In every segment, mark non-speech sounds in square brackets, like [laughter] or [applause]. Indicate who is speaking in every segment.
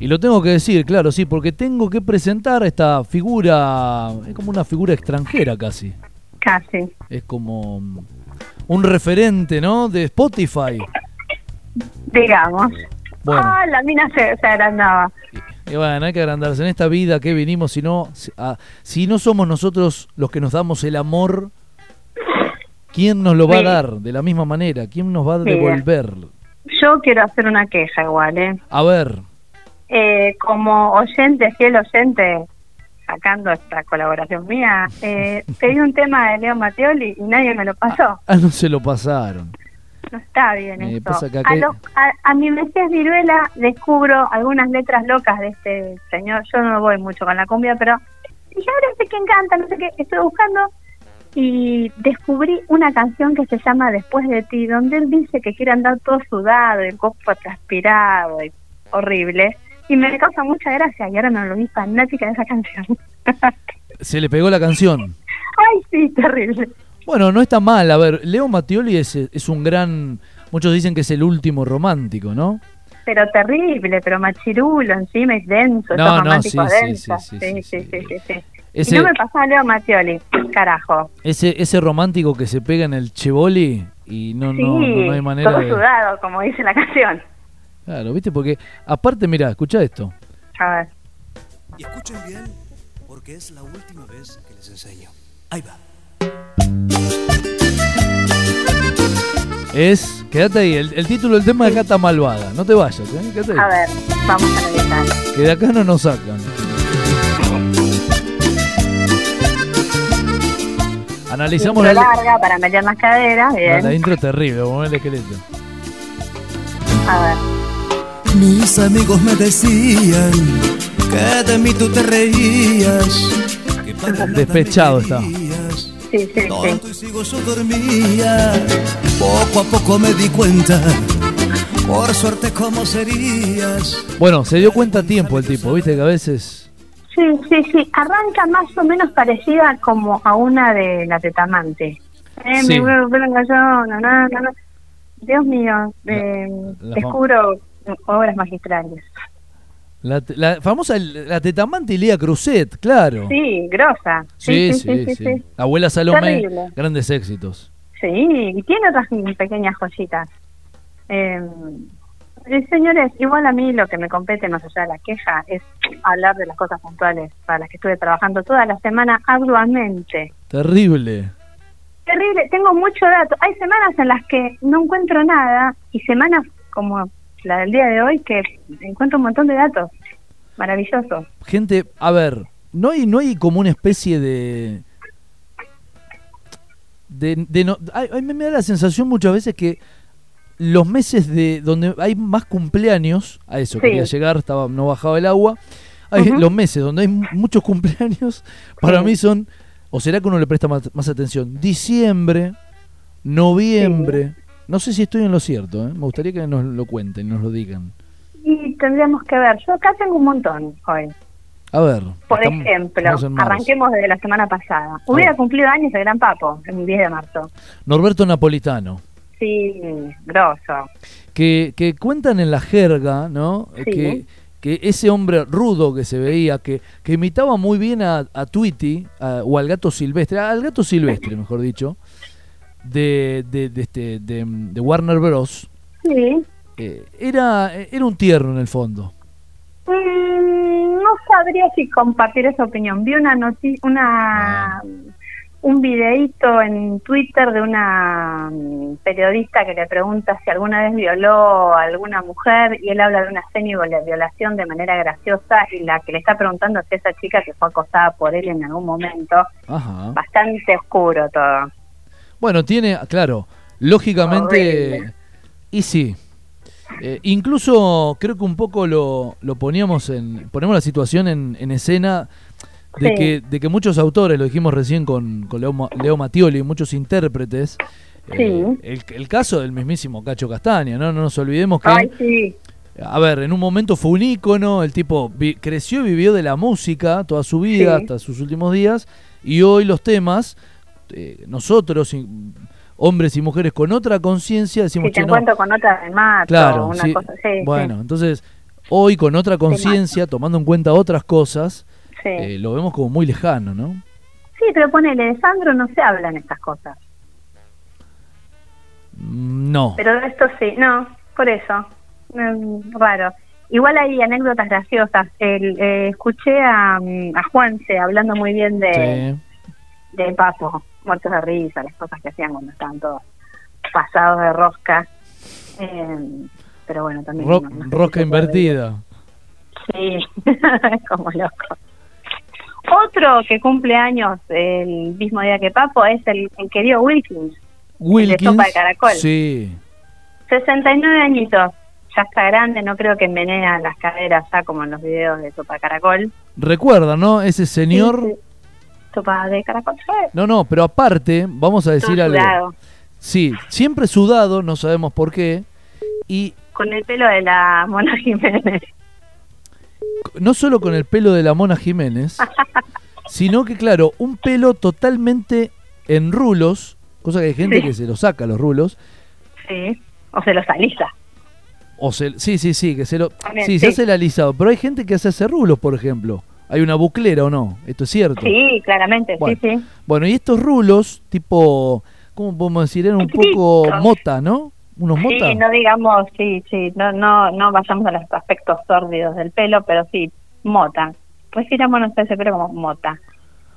Speaker 1: Y lo tengo que decir, claro, sí, porque tengo que presentar esta figura, es como una figura extranjera casi.
Speaker 2: Casi.
Speaker 1: Es como mm, un referente, ¿no? De Spotify.
Speaker 2: Digamos.
Speaker 1: Bueno.
Speaker 2: Ah, la mina se, se agrandaba.
Speaker 1: Y bueno, hay que agrandarse. En esta vida que vinimos, si no, si, ah, si no somos nosotros los que nos damos el amor, ¿quién nos lo va
Speaker 2: Sí.
Speaker 1: a dar de la misma manera? ¿Quién nos va a
Speaker 2: Sí.
Speaker 1: devolver?
Speaker 2: Yo quiero hacer una queja igual, ¿eh?
Speaker 1: A ver,
Speaker 2: Eh, como oyente, fiel oyente, sacando esta colaboración mía, eh, pedí un tema de Leo Matteoli y nadie me lo pasó.
Speaker 1: ah, no se lo pasaron.
Speaker 2: No está bien
Speaker 1: Eh,
Speaker 2: esto.
Speaker 1: pasa que acá-
Speaker 2: A, los- a, a mi Mesías Viruela descubro algunas letras locas de este señor. Yo no voy mucho con la cumbia, pero dije, ahora sé que encanta, no sé qué, estoy buscando. Y descubrí una canción que se llama Después de ti, donde él dice que quiere andar todo sudado, el cuerpo transpirado y horrible. Y me causa mucha gracia. Y ahora me volví fanática de esa canción. [laughs]
Speaker 1: Se le pegó la canción.
Speaker 2: Ay, sí, terrible.
Speaker 1: Bueno, no está mal. A ver, Leo Mattioli es, es un gran. Muchos dicen que es el último romántico, ¿no?
Speaker 2: Pero terrible, pero machirulo encima es denso,
Speaker 1: No,
Speaker 2: esos
Speaker 1: no,
Speaker 2: románticos
Speaker 1: sí, sí,
Speaker 2: densos.
Speaker 1: sí,
Speaker 2: Sí,
Speaker 1: sí, sí,
Speaker 2: sí, sí,
Speaker 1: sí.
Speaker 2: sí, sí.
Speaker 1: Ese,
Speaker 2: Y no me pasaba Leo Mattioli, carajo.
Speaker 1: ese, ese romántico que se pega en el Chevoli y no,
Speaker 2: Sí,
Speaker 1: no, no, no hay manera
Speaker 2: todo
Speaker 1: de.
Speaker 2: sudado, como dice la canción.
Speaker 1: Claro, ¿viste? Porque, aparte, mira, escucha esto.
Speaker 2: A ver.
Speaker 3: Y escuchen bien, porque es la última vez que les enseño. Ahí va.
Speaker 1: Es. Quédate ahí, el, el título del tema de Gata Malvada. No te vayas, ¿eh? Quédate ahí.
Speaker 2: A ver, vamos a analizar.
Speaker 1: Que de acá no nos sacan. Analizamos
Speaker 2: Intro ¿eh?
Speaker 1: la, le-
Speaker 2: larga para meter las caderas,
Speaker 1: no, la
Speaker 2: bien.
Speaker 1: intro terrible, como el esqueleto.
Speaker 2: A ver.
Speaker 3: Mis amigos me decían que de mí tú te reías. Que
Speaker 2: [laughs]
Speaker 3: para nada me
Speaker 1: Despechado está.
Speaker 3: querías.
Speaker 2: Sí, sí, sí.
Speaker 3: Tonto y sigo yo dormía. Poco a poco me di cuenta. Por suerte, ¿cómo serías?
Speaker 1: Bueno, se dio cuenta a tiempo el tipo, viste que a veces.
Speaker 2: Sí, sí, sí. Arranca más o menos parecida como a una de la tetamante. Eh,
Speaker 1: Sí.
Speaker 2: mi huevo blanco yo, no, no, no, no. Dios mío, eh,
Speaker 1: la fam-
Speaker 2: descubro obras magistrales.
Speaker 1: La, te- la famosa la tetamante y Lía Cruzet, claro.
Speaker 2: Sí, grosa. sí.
Speaker 1: sí. Abuela Salomé,
Speaker 2: Terrible.
Speaker 1: grandes éxitos.
Speaker 2: Sí, y tiene otras pequeñas joyitas. Eh, eh, señores, igual a mí lo que me compete más allá de la queja es hablar de las cosas puntuales para las que estuve trabajando toda la semana arduamente.
Speaker 1: Terrible.
Speaker 2: Terrible, tengo mucho dato. Hay semanas en las que no encuentro nada y semanas como la del día de hoy que encuentro un montón de datos. Maravilloso.
Speaker 1: Gente, a ver, no hay, no hay como una especie de. de, de no- ay, ay, me me da la sensación muchas veces que los meses de donde hay más cumpleaños, a eso
Speaker 2: Sí.
Speaker 1: quería llegar, estaba, no bajaba el agua. ay,
Speaker 2: Ujú.
Speaker 1: Los meses donde hay mu- muchos cumpleaños, para
Speaker 2: Sí.
Speaker 1: mí son. O será que uno le presta más, más atención. Diciembre, noviembre. No sé si estoy en lo cierto, ¿eh? me gustaría que nos lo cuenten, nos lo digan.
Speaker 2: Y tendríamos que ver. Yo acá tengo un montón hoy.
Speaker 1: A ver.
Speaker 2: Por
Speaker 1: estamos-
Speaker 2: ejemplo,
Speaker 1: estamos en marzo.
Speaker 2: arranquemos desde la semana pasada. Hubiera cumplido años el Gran Papo, el 10 de marzo.
Speaker 1: Norberto Napolitano.
Speaker 2: Sí, grosso.
Speaker 1: que, que cuentan en la jerga, ¿no? Eh,
Speaker 2: Sí.
Speaker 1: Que, que ese hombre rudo que se veía, que, que imitaba muy bien a, a Tweety, a- o al gato silvestre, al gato silvestre, mejor dicho, de, de, de este, de, de Warner Bros.
Speaker 2: Sí.
Speaker 1: eh, era, era un tierno en el fondo.
Speaker 2: Mm, no sabría si compartir esa opinión. Vi una noti
Speaker 1: Ah.
Speaker 2: una un videíto en Twitter de una mm, periodista que le pregunta si alguna vez violó a alguna mujer y él habla de una de violación de manera graciosa y la que le está preguntando es esa chica que fue acosada por él en algún momento.
Speaker 1: Ah. Ajá.
Speaker 2: Bastante oscuro todo.
Speaker 1: Bueno, tiene, claro, lógicamente,
Speaker 2: Horrible.
Speaker 1: y sí. Eh, incluso creo que un poco lo, lo poníamos en, ponemos la situación en, en escena de,
Speaker 2: Sí.
Speaker 1: que, de que muchos autores, lo dijimos recién con, con Leo, Ma- Leo Mattioli, muchos intérpretes, eh,
Speaker 2: Sí.
Speaker 1: el, el caso del mismísimo Cacho Castaña, ¿no? No nos olvidemos que,
Speaker 2: Ay, sí.
Speaker 1: a ver, en un momento fue un ícono, el tipo vi- creció y vivió de la música toda su vida,
Speaker 2: Sí.
Speaker 1: hasta sus últimos días, y hoy los temas, eh, nosotros, y- hombres y mujeres con otra conciencia, decimos,
Speaker 2: Si te
Speaker 1: "Che, no,
Speaker 2: encuentro con otra, me mato.
Speaker 1: claro,
Speaker 2: una
Speaker 1: sí,
Speaker 2: cosa, sí, sí.
Speaker 1: bueno, entonces Hoy con otra conciencia, tomando en cuenta otras cosas,
Speaker 2: Sí.
Speaker 1: eh, lo vemos como muy lejano, ¿no?
Speaker 2: sí, pero ponele, de Sandro no se hablan estas cosas.
Speaker 1: Mm, No.
Speaker 2: Pero de esto sí, no, por eso. Mm, raro. Igual hay anécdotas graciosas. El, eh, escuché a, mm, a Juanse hablando muy bien de,
Speaker 1: Sí.
Speaker 2: de Papo, muertos de risa, las cosas que hacían cuando estaban todos pasados de rosca. Eh, pero bueno, también.
Speaker 1: Ro-
Speaker 2: no, no sé si
Speaker 1: rosca
Speaker 2: se puede
Speaker 1: invertida.
Speaker 2: Sí, [laughs] como loco. Otro que cumple años el mismo día que Papo es el, el que dio Wilkins.
Speaker 1: Wilkins.
Speaker 2: sopa de caracol.
Speaker 1: Sí.
Speaker 2: 69 añitos. Ya está grande, no creo que menea las caderas ya como en los videos de Sopa de Caracol.
Speaker 1: Recuerda, ¿no? Ese señor.
Speaker 2: Sí, sí. Sopa de Caracol. sí.
Speaker 1: No, no, pero aparte, vamos a decir
Speaker 2: Todo
Speaker 1: algo.
Speaker 2: sudado,
Speaker 1: Sí, siempre sudado, no sabemos por qué. Y
Speaker 2: Con el pelo de la Mona [laughs] Jiménez.
Speaker 1: no solo con el pelo de la Mona
Speaker 2: [laughs]
Speaker 1: Jiménez, sino que, claro, un pelo totalmente en rulos, cosa que hay gente
Speaker 2: Sí.
Speaker 1: que se lo saca los rulos.
Speaker 2: Sí. O se los alisa.
Speaker 1: O se, sí, sí, sí, que se lo.
Speaker 2: También,
Speaker 1: Sí, se
Speaker 2: sí.
Speaker 1: hace el alisado. Pero hay gente que se hace rulos, por ejemplo. Hay una buclera o no. Esto es cierto.
Speaker 2: Sí, claramente.
Speaker 1: Bueno.
Speaker 2: Sí, sí.
Speaker 1: Bueno, y estos rulos, tipo, ¿cómo podemos decir? Eran un poco
Speaker 2: Chiquititos.
Speaker 1: mota, ¿no? Unos mota.
Speaker 2: Sí, no digamos, sí, sí, no, no, no vayamos a los aspectos sórdidos del pelo, pero sí, mota. Refirámonos a ese pelo como mota.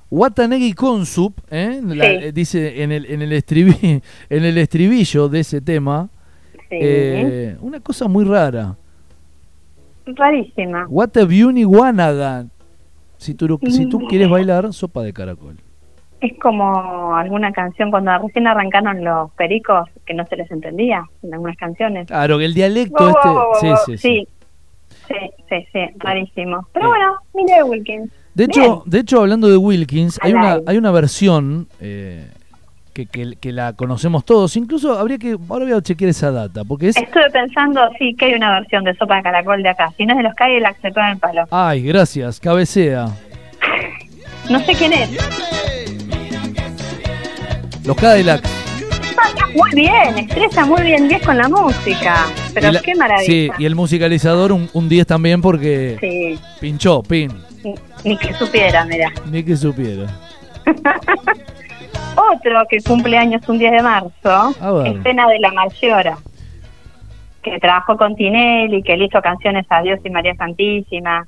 Speaker 1: Watanegi Konsup, ¿eh? La-
Speaker 2: Sí.
Speaker 1: eh, dice en el, en, el estribi- [laughs] en el estribillo de ese tema,
Speaker 2: Sí.
Speaker 1: eh, una cosa muy rara.
Speaker 2: Rarísima.
Speaker 1: Watabiuni Wanaga. Si tú, lo- si tú
Speaker 2: Mm.
Speaker 1: quieres bailar, sopa de caracol.
Speaker 2: Es como alguna canción cuando recién arrancaron los pericos que no se les entendía en algunas canciones.
Speaker 1: Claro, que el dialecto
Speaker 2: Wow,
Speaker 1: este.
Speaker 2: wow, wow,
Speaker 1: sí,
Speaker 2: wow.
Speaker 1: sí, sí.
Speaker 2: Sí, sí, sí, rarísimo. Pero bueno, mire Wilkins.
Speaker 1: De hecho, de hecho, hablando de Wilkins, hay una,
Speaker 2: Alay.
Speaker 1: hay una versión eh, que, que- que la conocemos todos. Incluso habría que. Ahora voy a chequear esa data, porque es.
Speaker 2: Estuve pensando, sí, que hay una versión de Sopa de Caracol de acá. Si no es de los Cadillacs, se pega el palo.
Speaker 1: Ay, gracias, cabecea.
Speaker 2: No sé quién es.
Speaker 1: Los Cadillacs.
Speaker 2: Muy bien, estresa muy bien 10 con la música. Pero
Speaker 1: Y la-
Speaker 2: qué maravilla.
Speaker 1: Sí, y el musicalizador un un 10 también porque
Speaker 2: Sí,
Speaker 1: pinchó, pin.
Speaker 2: ni, ni que supiera, mira.
Speaker 1: Ni que supiera.
Speaker 2: Otro que cumple años un 10 de marzo
Speaker 1: A ver.
Speaker 2: es Pena de la Marciora, que trabajó con Tinelli, que le hizo canciones a Dios y María Santísima.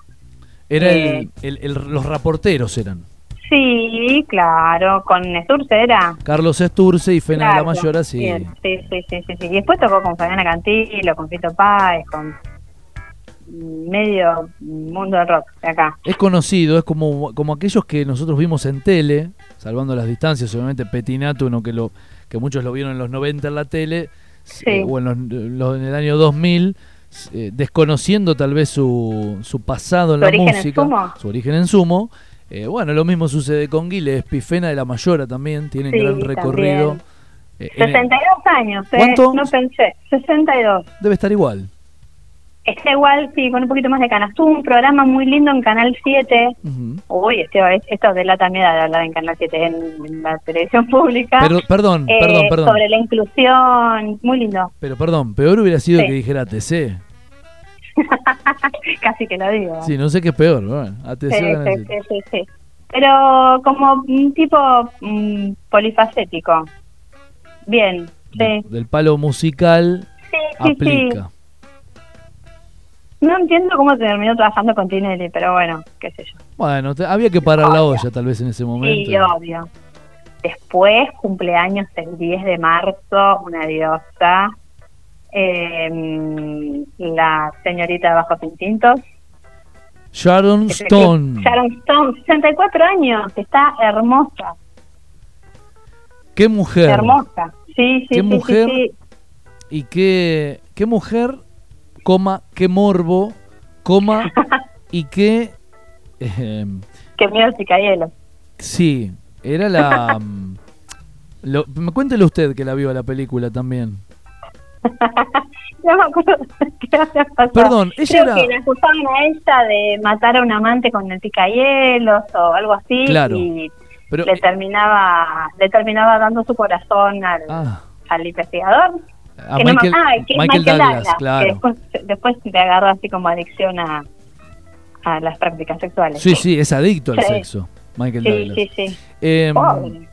Speaker 1: Era
Speaker 2: Eh.
Speaker 1: el- el- el- los raporteros eran.
Speaker 2: Sí, claro, con Esturce era.
Speaker 1: Carlos Esturce y Fena de la
Speaker 2: Claro,
Speaker 1: Mayora, sí.
Speaker 2: bien, Sí, sí, sí, sí, sí. Y después tocó con Fabiana Cantilo, con Fito Páez, con medio mundo del rock de acá.
Speaker 1: Es conocido, es como, como aquellos que nosotros vimos en tele, salvando las distancias, obviamente Petinato, uno que, lo, que muchos lo vieron en los 90 en la tele,
Speaker 2: Sí.
Speaker 1: eh, o en, los- los- en el año 2000, eh, desconociendo tal vez su, su pasado en
Speaker 2: Su
Speaker 1: la
Speaker 2: origen en
Speaker 1: música,
Speaker 2: sumo.
Speaker 1: su origen en sumo. Eh, bueno, lo mismo sucede con Gillespie, Fena de la Mayora también, tienen
Speaker 2: Sí,
Speaker 1: gran recorrido.
Speaker 2: también.
Speaker 1: Eh, en el-
Speaker 2: 62 años, ¿eh?
Speaker 1: ¿Cuánto?
Speaker 2: No pensé, 62.
Speaker 1: debe estar igual.
Speaker 2: Está igual, sí, con un poquito más de canas. Tuvo un programa muy lindo en Canal 7.
Speaker 1: Ujú.
Speaker 2: Uy, este, esto delata mi edad de hablar en Canal 7 en, en la televisión pública.
Speaker 1: Pero, perdón,
Speaker 2: Eh,
Speaker 1: perdón, perdón.
Speaker 2: Sobre la inclusión, muy lindo. [laughs]
Speaker 1: Pero perdón, peor hubiera sido
Speaker 2: Sí.
Speaker 1: que dijera ATC.
Speaker 2: Casi que lo digo.
Speaker 1: Sí, no sé qué es peor. pero Bueno, ATC
Speaker 2: Sí,
Speaker 1: ganan
Speaker 2: sí,
Speaker 1: el-
Speaker 2: sí, sí, sí. Pero como un tipo mm, polifacético. Bien, sí.
Speaker 1: de- del palo musical
Speaker 2: Sí, sí, sí.
Speaker 1: aplica.
Speaker 2: No entiendo cómo terminó trabajando con Tinelli, pero bueno, qué sé yo.
Speaker 1: Bueno, te- había que parar la olla tal vez en ese momento.
Speaker 2: Sí, obvio. Después, cumpleaños el 10 de marzo, una diosa, eh, la señorita de Bajos Instintos.
Speaker 1: Sharon
Speaker 2: que se-
Speaker 1: Stone.
Speaker 2: Sharon Stone, 64 años, está hermosa,
Speaker 1: Qué mujer.
Speaker 2: hermosa. Sí, sí,
Speaker 1: Qué
Speaker 2: sí, sí,
Speaker 1: mujer.
Speaker 2: sí.
Speaker 1: Y qué, qué mujer, coma, qué morbo,
Speaker 2: [laughs]
Speaker 1: coma, y qué... eh,
Speaker 2: Qué miedo Cicayelos.
Speaker 1: sí, era la...
Speaker 2: [laughs]
Speaker 1: mm, lo- me cuéntele usted que la vio la película también.
Speaker 2: No me acuerdo [laughs] qué había pasado.
Speaker 1: Perdón, ella
Speaker 2: Creo
Speaker 1: era-
Speaker 2: que la acusaban a ella de matar a un amante con el picahielos o algo así.
Speaker 1: Claro.
Speaker 2: Y
Speaker 1: Pero, eh,
Speaker 2: le terminaba le terminaba dando su corazón al,
Speaker 1: ah,
Speaker 2: al investigador
Speaker 1: A
Speaker 2: que no me-
Speaker 1: Michael,
Speaker 2: ah, que es
Speaker 1: Michael Douglas,
Speaker 2: que
Speaker 1: claro.
Speaker 2: después, después le agarró así como adicción a, a las prácticas sexuales.
Speaker 1: Sí, sí, es adicto al
Speaker 2: Sí.
Speaker 1: sexo, Michael
Speaker 2: sí, Oh,
Speaker 1: Douglas.
Speaker 2: sí, sí.
Speaker 1: Em,
Speaker 2: Pobre.
Speaker 1: bueno,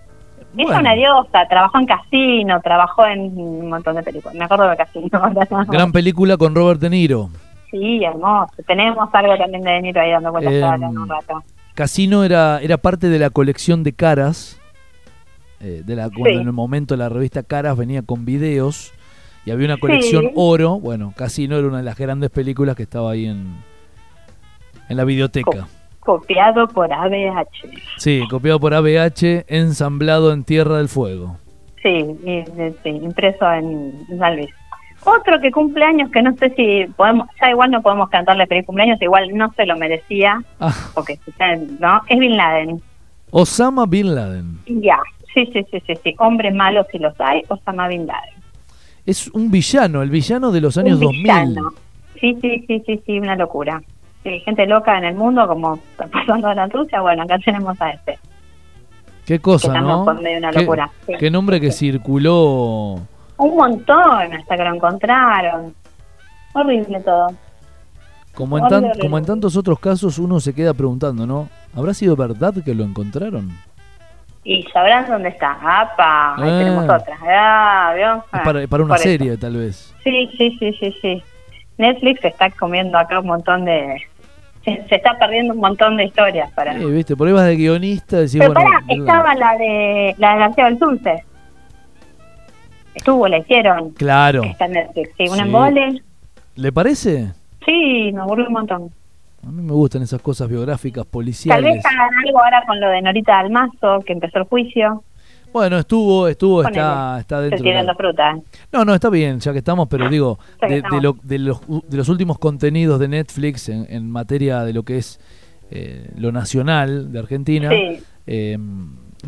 Speaker 2: Es una diosa, trabajó en casino, trabajó en un montón de películas. Me acuerdo de casino. [laughs] ahora no.
Speaker 1: gran película con Robert De Niro.
Speaker 2: Sí, hermoso. Tenemos algo también de Benito ahí dando vueltas
Speaker 1: Eh,
Speaker 2: ahora en un rato.
Speaker 1: Casino era, era parte de la colección de caras. eh, de la, cuando
Speaker 2: Sí.
Speaker 1: en el momento la revista Caras venía con videos y había una colección
Speaker 2: Sí.
Speaker 1: oro. Bueno, Casino era una de las grandes películas que estaba ahí en, en la videoteca.
Speaker 2: Copiado por ABH.
Speaker 1: Sí, copiado por ABH, ensamblado en Tierra del Fuego.
Speaker 2: Sí, y- de- sí, impreso en San Luis. Otro que cumple años que no sé si podemos, ya igual no podemos cantarle feliz cumpleaños, igual no se lo merecía,
Speaker 1: Ah,
Speaker 2: porque está- no, es Bin Laden.
Speaker 1: Osama Bin Laden.
Speaker 2: Ya, sí, sí, sí, sí, sí, hombres malos si los hay, Osama Bin Laden.
Speaker 1: Es un villano, el villano de los años
Speaker 2: Un
Speaker 1: 2000.
Speaker 2: villano. Sí, sí, sí, sí, sí, una locura. Sí, gente loca en el mundo, como está pasando en la Rusia, bueno, acá tenemos a este.
Speaker 1: Qué
Speaker 2: Que
Speaker 1: cosa,
Speaker 2: también
Speaker 1: ¿no?
Speaker 2: fue medio una
Speaker 1: Qué-
Speaker 2: locura, sí.
Speaker 1: Qué nombre que circuló.
Speaker 2: Un montón hasta que lo encontraron. Horrible todo.
Speaker 1: Como en, tan-
Speaker 2: Hombre
Speaker 1: como en
Speaker 2: horrible.
Speaker 1: tantos otros casos, uno se queda preguntando, ¿no? ¿Habrá sido verdad que lo encontraron?
Speaker 2: Y sabrán dónde está. ¡Apa! Ahí
Speaker 1: Ah.
Speaker 2: tenemos otra. ¡Ah! ¿vio?
Speaker 1: Es
Speaker 2: Ah,
Speaker 1: para, para una
Speaker 2: por eso.
Speaker 1: serie, tal vez.
Speaker 2: Sí, sí, sí, sí, sí. Netflix está comiendo acá un montón de... Se, se está perdiendo un montón de historias para...
Speaker 1: Eh, ¿Viste? Por ahí vas de guionista, decís,
Speaker 2: Pero
Speaker 1: bueno,
Speaker 2: pará,
Speaker 1: ¿verdad?
Speaker 2: estaba la de, la de García del Dulce. Estuvo, la hicieron.
Speaker 1: Claro.
Speaker 2: Que está en Netflix. Sí, un
Speaker 1: Sí.
Speaker 2: embole.
Speaker 1: ¿Le parece?
Speaker 2: Sí, me aburrió un montón.
Speaker 1: A mí me gustan esas cosas biográficas,
Speaker 2: Tal vez
Speaker 1: policiales.
Speaker 2: hagan algo ahora con lo de Norita Almazo, que empezó el juicio.
Speaker 1: Bueno, estuvo, estuvo, está,
Speaker 2: Ponele.
Speaker 1: está
Speaker 2: Se
Speaker 1: dentro. de
Speaker 2: tiran
Speaker 1: la-
Speaker 2: la fruta.
Speaker 1: No, no, está bien, ya que estamos, pero digo,
Speaker 2: Ya que
Speaker 1: de, de
Speaker 2: estamos.
Speaker 1: lo- de los, de los últimos contenidos de Netflix en, en materia de lo que es eh, lo nacional de Argentina,
Speaker 2: Sí.
Speaker 1: eh,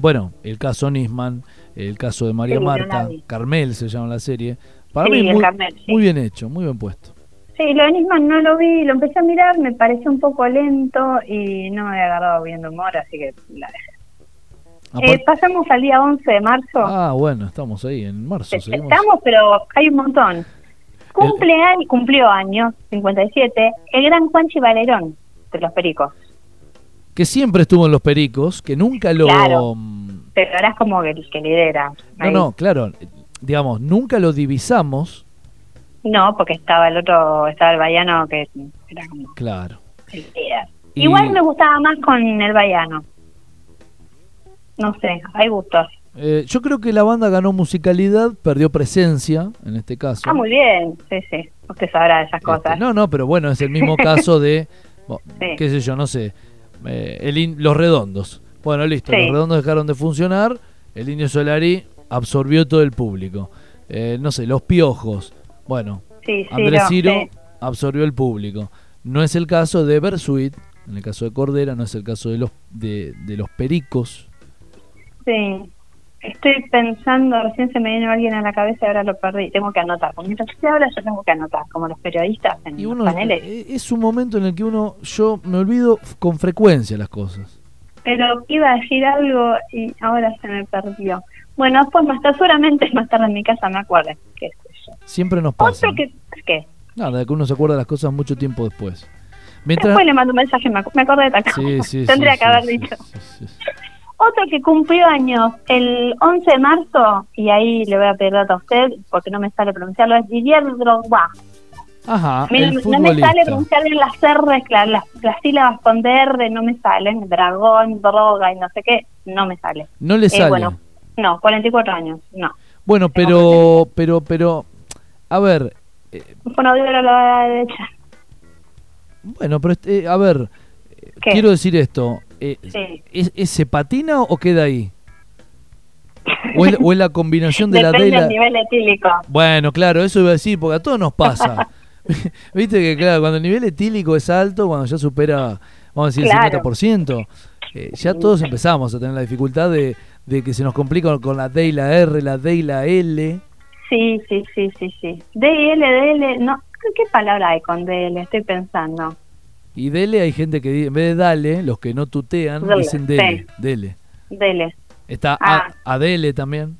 Speaker 1: bueno, el caso Nisman, el caso de María
Speaker 2: Sí, yo
Speaker 1: Marta,
Speaker 2: la vi.
Speaker 1: Carmel se llama la serie, para
Speaker 2: Sí,
Speaker 1: mí
Speaker 2: el
Speaker 1: muy,
Speaker 2: Carmel, sí.
Speaker 1: muy bien hecho, muy bien puesto.
Speaker 2: Sí, lo de Nisman no lo vi, lo empecé a mirar, me pareció un poco lento y no me había agarrado bien de humor, así que la dejé.
Speaker 1: Aparte-
Speaker 2: Eh, pasamos al día 11 de marzo.
Speaker 1: pues- ah, bueno, estamos ahí en marzo, seguimos.
Speaker 2: Estamos, pero hay un montón. Cumple año- cumplió años, 57, el gran Juanchi Valerón de los Pericos.
Speaker 1: Que siempre estuvo en los Pericos, que nunca lo... mm,
Speaker 2: Claro. Pero ahora es como que, que lidera.
Speaker 1: No,
Speaker 2: ahí.
Speaker 1: no, claro, digamos, nunca lo divisamos,
Speaker 2: No, porque estaba el otro, estaba el Bayano que era como
Speaker 1: claro.
Speaker 2: el líder.
Speaker 1: Y-
Speaker 2: Igual me gustaba más con el Bayano. No sé, hay gustos.
Speaker 1: Eh, yo creo que la banda ganó musicalidad, perdió presencia, en este caso.
Speaker 2: Ah, muy bien, sí, sí. Usted sabrá de esas
Speaker 1: Este,
Speaker 2: cosas.
Speaker 1: no, no, pero bueno, es el
Speaker 2: [laughs]
Speaker 1: mismo caso de, bo-
Speaker 2: Sí.
Speaker 1: qué sé yo, no sé, eh, el in- los redondos. Bueno, listo,
Speaker 2: Sí.
Speaker 1: los redondos dejaron de funcionar, el Indio Solari absorbió todo el público. Eh, no sé, los piojos. Bueno,
Speaker 2: Sí, sí,
Speaker 1: Andrés
Speaker 2: no, eh,
Speaker 1: Ciro
Speaker 2: sí.
Speaker 1: absorbió el público. No es el caso de Bersuit, en el caso de Cordera, no es el caso de los, de, de los pericos.
Speaker 2: Sí. Estoy pensando, recién se me vino alguien a la cabeza y ahora lo perdí. Tengo que anotar. Porque mientras usted habla, yo tengo que anotar, como los periodistas en
Speaker 1: Y
Speaker 2: los
Speaker 1: uno
Speaker 2: paneles.
Speaker 1: eh, es un momento en el que uno, yo me olvido f- con frecuencia las cosas.
Speaker 2: Pero iba a decir algo y ahora se me perdió. Bueno, después más tarde, seguramente más tarde en mi casa me acuerdo. ¿Qué sé yo.
Speaker 1: Siempre nos pasa.
Speaker 2: Otro que. ¿Qué?
Speaker 1: Nada, que uno se acuerda de las cosas mucho tiempo después.
Speaker 2: Después le mando un mensaje, me, acu- me acordé de tal cosa.
Speaker 1: [laughs] Sí, sí, sí,
Speaker 2: Tendría
Speaker 1: sí,
Speaker 2: que haber
Speaker 1: sí,
Speaker 2: dicho.
Speaker 1: sí, sí, sí.
Speaker 2: Otro que cumplió años el 11 de marzo, y ahí le voy a pedir datos a usted, porque no me sale pronunciarlo, es Didier Drogba.
Speaker 1: Ajá,
Speaker 2: [laughs] Mira,
Speaker 1: Ah, el
Speaker 2: no me sale
Speaker 1: futbolista.
Speaker 2: pronunciar bien las R's, claro, las, las sílabas con DR no me salen, dragón, droga y no sé qué, no me sale.
Speaker 1: No le
Speaker 2: Eh,
Speaker 1: sale.
Speaker 2: bueno,
Speaker 1: bueno,
Speaker 2: no, 44 años, no.
Speaker 1: pero, pero, pero, a ver, eh,
Speaker 2: Fue un audiólogo a la derecha.
Speaker 1: bueno, pero, este, eh, a ver, eh,
Speaker 2: ¿Qué?
Speaker 1: quiero decir esto. eh,
Speaker 2: Sí.
Speaker 1: ¿es, es- se patina o queda ahí? ¿O es, o es la combinación de
Speaker 2: Depende
Speaker 1: la D y la-
Speaker 2: del nivel etílico.
Speaker 1: Bueno, claro, eso iba a decir, porque a todos nos pasa. Viste que, claro, cuando el nivel etílico es alto, cuando ya supera, vamos a decir,
Speaker 2: Claro.
Speaker 1: el 50%, eh, ya todos empezamos a tener la dificultad de, de que se nos complica con la D y la R, la D y la L.
Speaker 2: Sí, sí, sí, sí, sí. DL, DL, no, ¿qué- ¿qué palabra hay con DL? Estoy pensando.
Speaker 1: Y dele hay gente que di- en vez de dale, los que no tutean,
Speaker 2: Dale,
Speaker 1: dicen dele,
Speaker 2: sí.
Speaker 1: dele.
Speaker 2: DL.
Speaker 1: Está
Speaker 2: Ah.
Speaker 1: a, Adele también.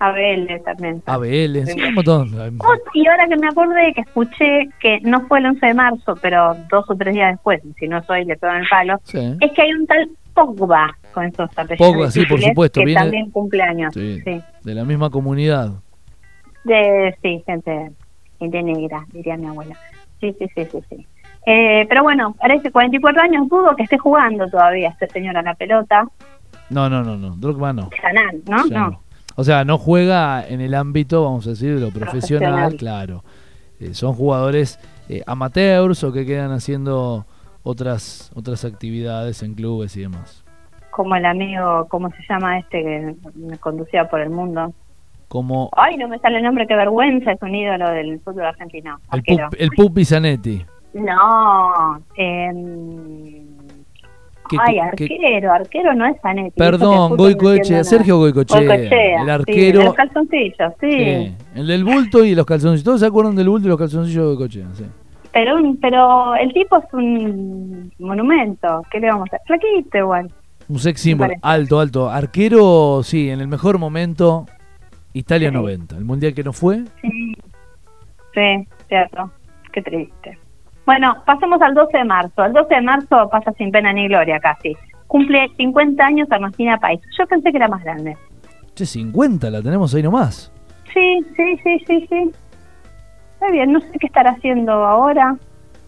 Speaker 2: ABL también.
Speaker 1: ABL, sí, un montón.
Speaker 2: Oh, y ahora que me acordé que escuché que no fue el 11 de marzo, pero dos o tres días después, si no soy le pegan el palo,
Speaker 1: Sí.
Speaker 2: es que hay un tal Pogba con esos apellidos.
Speaker 1: Pogba, sí, por
Speaker 2: difíciles,
Speaker 1: supuesto,
Speaker 2: Que
Speaker 1: viene-
Speaker 2: también cumpleaños.
Speaker 1: Sí.
Speaker 2: Sí.
Speaker 1: De la misma comunidad.
Speaker 2: De, sí, gente, gente negra, diría mi abuela. Sí, sí, sí, sí. sí. Eh, pero bueno, parece 44 años, dudo que esté jugando todavía este señor a la pelota.
Speaker 1: No, no, no, no. Drogba no.
Speaker 2: Sanal, Ah, ¿no?
Speaker 1: Ya no. O sea, no juega en el ámbito, vamos a decir, de lo profesional,
Speaker 2: Profesional.
Speaker 1: claro. Eh, son jugadores eh, amateurs o que quedan haciendo otras otras actividades en clubes y demás.
Speaker 2: Como el amigo, ¿cómo se llama este que me conducía por el mundo?
Speaker 1: Como
Speaker 2: Ay, no me sale el nombre, qué vergüenza, es un ídolo del fútbol argentino.
Speaker 1: el,
Speaker 2: arquero.
Speaker 1: Pup- el Pupi Zanetti.
Speaker 2: No, em,
Speaker 1: Que-
Speaker 2: ay,
Speaker 1: que-
Speaker 2: arquero, arquero no es Zanetti.
Speaker 1: Perdón, Goicoechea, Sergio Goicoechea, el arquero.
Speaker 2: los calzoncillos, sí.
Speaker 1: Sí, El del bulto y los calzoncillos. ¿Todos se acuerdan del bulto y los calzoncillos de coche? Sí.
Speaker 2: Pero, un- pero el tipo es un monumento, ¿qué le vamos a hacer? Flaquito igual.
Speaker 1: Un sex symbol,
Speaker 2: parece.
Speaker 1: alto, alto. Arquero, sí, en el mejor momento, Italia
Speaker 2: Sí.
Speaker 1: 90. El mundial que no fue,
Speaker 2: Sí, sí, cierto, qué triste. Bueno, pasemos al 12 de marzo. Al 12 de marzo pasa sin pena ni gloria casi. Cumple 50 años Argentina País. Yo pensé que era más grande.
Speaker 1: che, 50, la tenemos ahí nomás.
Speaker 2: Sí, sí, sí, sí, sí. Está bien, no sé qué estará haciendo ahora.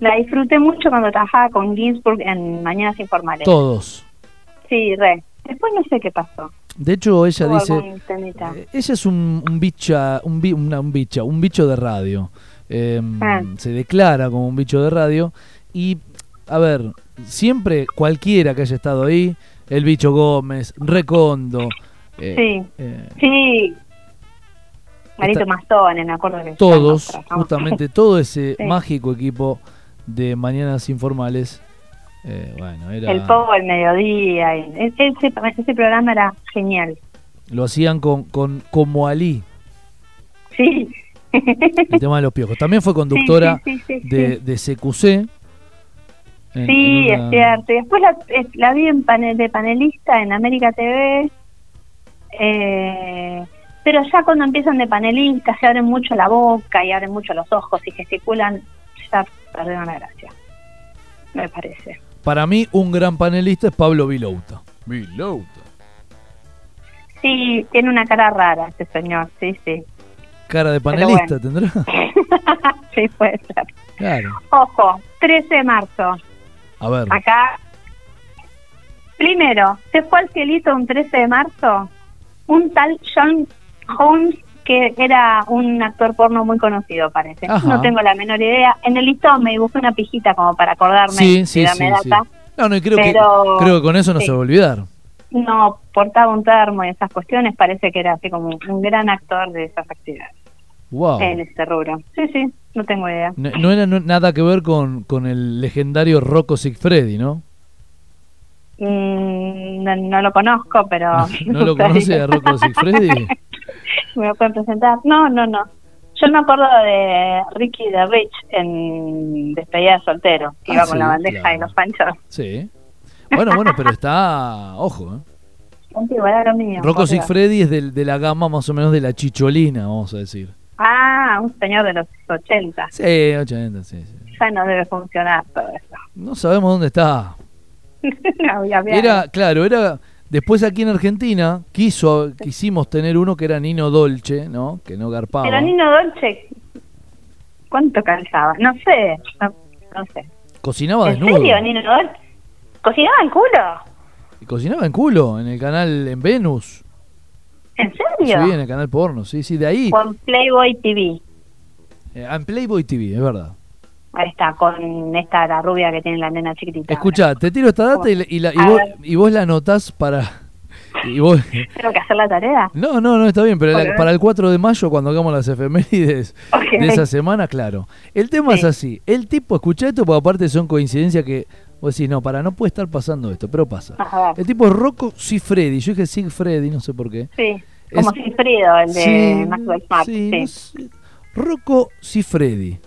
Speaker 2: La disfruté mucho cuando trabajaba con Ginsburg en Mañanas Informales.
Speaker 1: Todos.
Speaker 2: Sí, re. Después no sé qué pasó.
Speaker 1: De hecho, ella
Speaker 2: Hubo
Speaker 1: dice,
Speaker 2: algún temita.
Speaker 1: eh, ella es un, un bicha, un, bi- una- un bicha, un bicho de radio. Eh,
Speaker 2: Ah.
Speaker 1: Se declara como un bicho de radio y, a ver, siempre cualquiera que haya estado ahí, el bicho Gómez, Recondo, eh,
Speaker 2: Sí,
Speaker 1: eh,
Speaker 2: sí. Marito
Speaker 1: Está-
Speaker 2: Mastone, me acuerdo que
Speaker 1: todos,
Speaker 2: Ah, no.
Speaker 1: justamente todo ese
Speaker 2: [laughs] Sí.
Speaker 1: mágico equipo de Mañanas Informales. eh, bueno, era,
Speaker 2: El Pogo al mediodía. y- e- Ese, ese programa era genial.
Speaker 1: lo hacían con, con como Ali,
Speaker 2: Sí.
Speaker 1: el tema de los piojos. También fue conductora
Speaker 2: Sí, sí, sí, sí,
Speaker 1: de,
Speaker 2: sí.
Speaker 1: de CQC. en-
Speaker 2: Sí,
Speaker 1: en una-
Speaker 2: es cierto. Y después la, eh, la vi en panel, de panelista en América TV. eh, pero ya cuando empiezan de panelistas se abren mucho la boca y abren mucho los ojos y gesticulan, ya perdieron la gracia. Me parece.
Speaker 1: Para mí, un gran panelista es Pablo Vilouta. Vilouta.
Speaker 2: Sí, tiene una cara rara este señor, sí, sí. [laughs]
Speaker 1: Cara de
Speaker 2: Pero
Speaker 1: panelista tendrá. [laughs]
Speaker 2: sí, puede ser.
Speaker 1: Claro.
Speaker 2: Ojo, 13 de marzo.
Speaker 1: A ver,
Speaker 2: Acá. Primero, se fue al cielito un 13 de marzo un tal John Holmes que era un actor porno muy conocido, parece.
Speaker 1: Ajá.
Speaker 2: No tengo la menor idea. En el listón me busqué una pijita como para acordarme
Speaker 1: sí, sí,
Speaker 2: de
Speaker 1: sí.
Speaker 2: la me
Speaker 1: sí.
Speaker 2: data.
Speaker 1: No, no, y creo,
Speaker 2: Pero-
Speaker 1: que, creo que con eso no
Speaker 2: sí.
Speaker 1: se va a olvidar.
Speaker 2: No portaba un termo y esas cuestiones. Parece que era así como un gran actor de esas actividades
Speaker 1: Wow.
Speaker 2: en ese rubro. Sí, sí, no tengo idea.
Speaker 1: No, no era no- nada que ver con, con el legendario Rocco Sigfredi, ¿no?
Speaker 2: Mm, no, no lo conozco, pero.
Speaker 1: ¿No
Speaker 2: [laughs]
Speaker 1: lo
Speaker 2: me
Speaker 1: conoce
Speaker 2: gustaría.
Speaker 1: a Rocco Sigfredi?
Speaker 2: ¿Me lo pueden presentar? No, no, no. Yo me acuerdo de Ricky de Rich en Despedida de Soltero, que
Speaker 1: Ah,
Speaker 2: iba
Speaker 1: sí,
Speaker 2: con la bandeja
Speaker 1: claro.
Speaker 2: y los panchos.
Speaker 1: Sí. Bueno, bueno, pero está. Ojo, ¿eh?
Speaker 2: Contigo, era lo mío.
Speaker 1: Rocco
Speaker 2: por Dios.
Speaker 1: Sigfredi es del- de, la gama más o menos de la chicholina, vamos a decir.
Speaker 2: Ah, un señor de los 80.
Speaker 1: Sí, 80, sí, sí.
Speaker 2: Ya no debe funcionar todo eso. [laughs]
Speaker 1: No sabemos dónde está.
Speaker 2: No, había- había-
Speaker 1: Era, claro, era. Después aquí en Argentina quiso, quisimos tener uno que era Nino Dolce, ¿no? Que no garpaba.
Speaker 2: Pero Nino Dolce, ¿cuánto calzaba? No sé, no, no sé.
Speaker 1: Cocinaba
Speaker 2: ¿En
Speaker 1: desnudo.
Speaker 2: serio, Nino Dolce? ¿Cocinaba el culo?
Speaker 1: Y cocinaba en culo, en el canal en Venus.
Speaker 2: ¿En
Speaker 1: Sí,
Speaker 2: serio?
Speaker 1: en el canal porno, sí, sí, de ahí.
Speaker 2: Con Playboy TV.
Speaker 1: Eh, En Playboy TV, es verdad.
Speaker 2: Ahí está, con esta, la rubia que tiene la nena chiquitita.
Speaker 1: Escuchá, te tiro esta data y, la- y la- y
Speaker 2: A
Speaker 1: vos,
Speaker 2: ver.
Speaker 1: y vos la anotás para... Y vos,
Speaker 2: ¿Tengo que hacer la tarea?
Speaker 1: no, no, no, está bien, pero la-
Speaker 2: Ok.
Speaker 1: para el 4 de mayo, cuando hagamos las efemérides
Speaker 2: Ok.
Speaker 1: de esa semana, claro. El tema es
Speaker 2: Sí.
Speaker 1: así. El tipo, escuchá esto, porque aparte son coincidencias que vos decís, no, para, no puede estar pasando esto, pero pasa.
Speaker 2: A ver.
Speaker 1: El tipo es Rocco Sigfredi. Yo dije Sigfredi, no sé por qué.
Speaker 2: Sí,
Speaker 1: Es-
Speaker 2: como Sigfrido, el de
Speaker 1: Sí,
Speaker 2: Maxwell Smart.
Speaker 1: sí,
Speaker 2: Sí,
Speaker 1: no sé. Rocco Siffredi.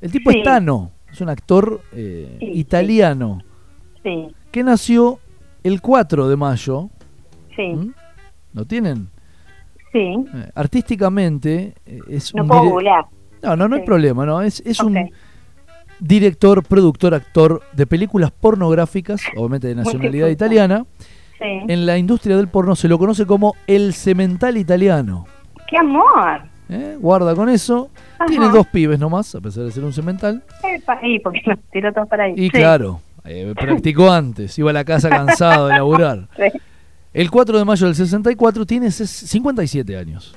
Speaker 1: El tipo
Speaker 2: Sí.
Speaker 1: es Tano, es un actor eh,
Speaker 2: Sí,
Speaker 1: italiano
Speaker 2: sí,
Speaker 1: que nació el 4 de mayo.
Speaker 2: sí.
Speaker 1: ¿Mm? ¿No tienen?
Speaker 2: Sí.
Speaker 1: Eh, Artísticamente eh, es
Speaker 2: No
Speaker 1: un
Speaker 2: puedo
Speaker 1: dire-
Speaker 2: googlear.
Speaker 1: No, no, no hay
Speaker 2: Sí.
Speaker 1: problema, no, es, es un
Speaker 2: Ok.
Speaker 1: director, productor, actor de películas pornográficas, obviamente de nacionalidad
Speaker 2: Multifunción.
Speaker 1: italiana.
Speaker 2: Sí.
Speaker 1: En la industria del porno se lo conoce como el cemental italiano.
Speaker 2: ¡Qué amor!
Speaker 1: ¿eh? Guarda con eso.
Speaker 2: Ajá.
Speaker 1: Tiene dos pibes nomás, a pesar de ser un cemental.
Speaker 2: Epa, y porque nos tiró todo para ahí.
Speaker 1: Y
Speaker 2: Sí,
Speaker 1: claro, eh, practicó antes, iba a la casa cansado de laburar.
Speaker 2: sí.
Speaker 1: El 4 de mayo del 64 tiene ses- 57 años.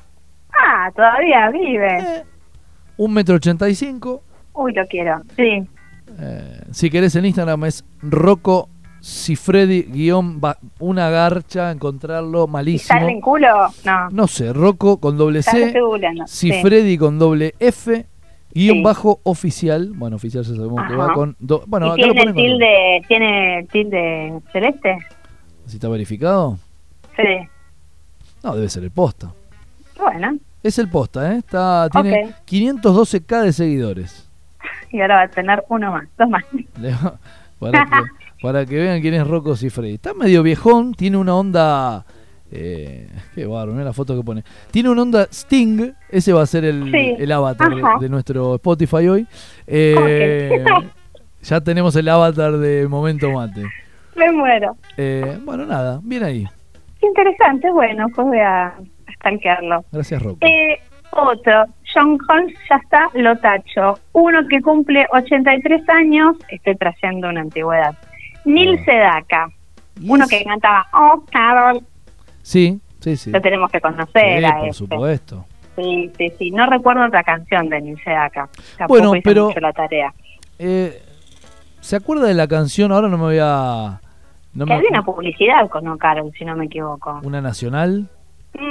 Speaker 2: Ah, todavía vive.
Speaker 1: Eh, un metro 85.
Speaker 2: Uy, lo quiero. Sí.
Speaker 1: Eh, si querés en Instagram es Rocco Cifredi guión ba- una garcha, encontrarlo
Speaker 2: ¿Y ¿Sale en
Speaker 1: malísimo.
Speaker 2: culo? No.
Speaker 1: No sé, Rocco con doble
Speaker 2: Ya lo
Speaker 1: C,
Speaker 2: estoy googleando, sí.
Speaker 1: Cifredi con doble F, guión
Speaker 2: Sí.
Speaker 1: bajo oficial. Bueno, oficial ya sabemos que va
Speaker 2: Ajá.
Speaker 1: con... do- bueno,
Speaker 2: ¿Y
Speaker 1: acá lo
Speaker 2: tiene
Speaker 1: ponen con doble.
Speaker 2: tilde, tiene tilde celeste?
Speaker 1: Si está verificado.
Speaker 2: Sí.
Speaker 1: No, debe ser el posta.
Speaker 2: Bueno,
Speaker 1: Es el posta, ¿eh? Está, tiene
Speaker 2: Ok.
Speaker 1: 512k de seguidores.
Speaker 2: y ahora va a tener uno más, dos más.
Speaker 1: [laughs] Le-
Speaker 2: [laughs]
Speaker 1: para, que, para que vean quién es Rocco Cifredi. Está medio viejón, tiene una onda. eh, qué barro, mira la foto que pone. Tiene una onda Sting, ese va a ser el,
Speaker 2: Sí,
Speaker 1: el avatar de,
Speaker 2: ajá.
Speaker 1: de nuestro Spotify hoy. Eh, ya tenemos el avatar de Momento Mate.
Speaker 2: Me muero.
Speaker 1: Eh, bueno, nada, bien ahí.
Speaker 2: Qué Interesante, bueno, pues voy a, a stalkearlo.
Speaker 1: Gracias, Rocco.
Speaker 2: Eh, otro, John Holmes ya está, lo tacho. Uno que cumple 83 años, estoy trayendo una antigüedad. Neil
Speaker 1: Ah.
Speaker 2: Sedaka,
Speaker 1: Y
Speaker 2: uno
Speaker 1: es-
Speaker 2: que cantaba Oh Carol,
Speaker 1: Sí, sí, sí.
Speaker 2: lo tenemos que conocer.
Speaker 1: Sí,
Speaker 2: a
Speaker 1: por
Speaker 2: este.
Speaker 1: supuesto.
Speaker 2: Sí, sí, sí. No recuerdo otra canción de Neil Sedaka. Tampoco
Speaker 1: Bueno,
Speaker 2: hice
Speaker 1: pero-
Speaker 2: mucho la tarea.
Speaker 1: Eh, ¿Se acuerda de la canción? Ahora no me voy a. No
Speaker 2: Que
Speaker 1: me,
Speaker 2: había una publicidad con Oh Carol, si no me equivoco.
Speaker 1: una nacional.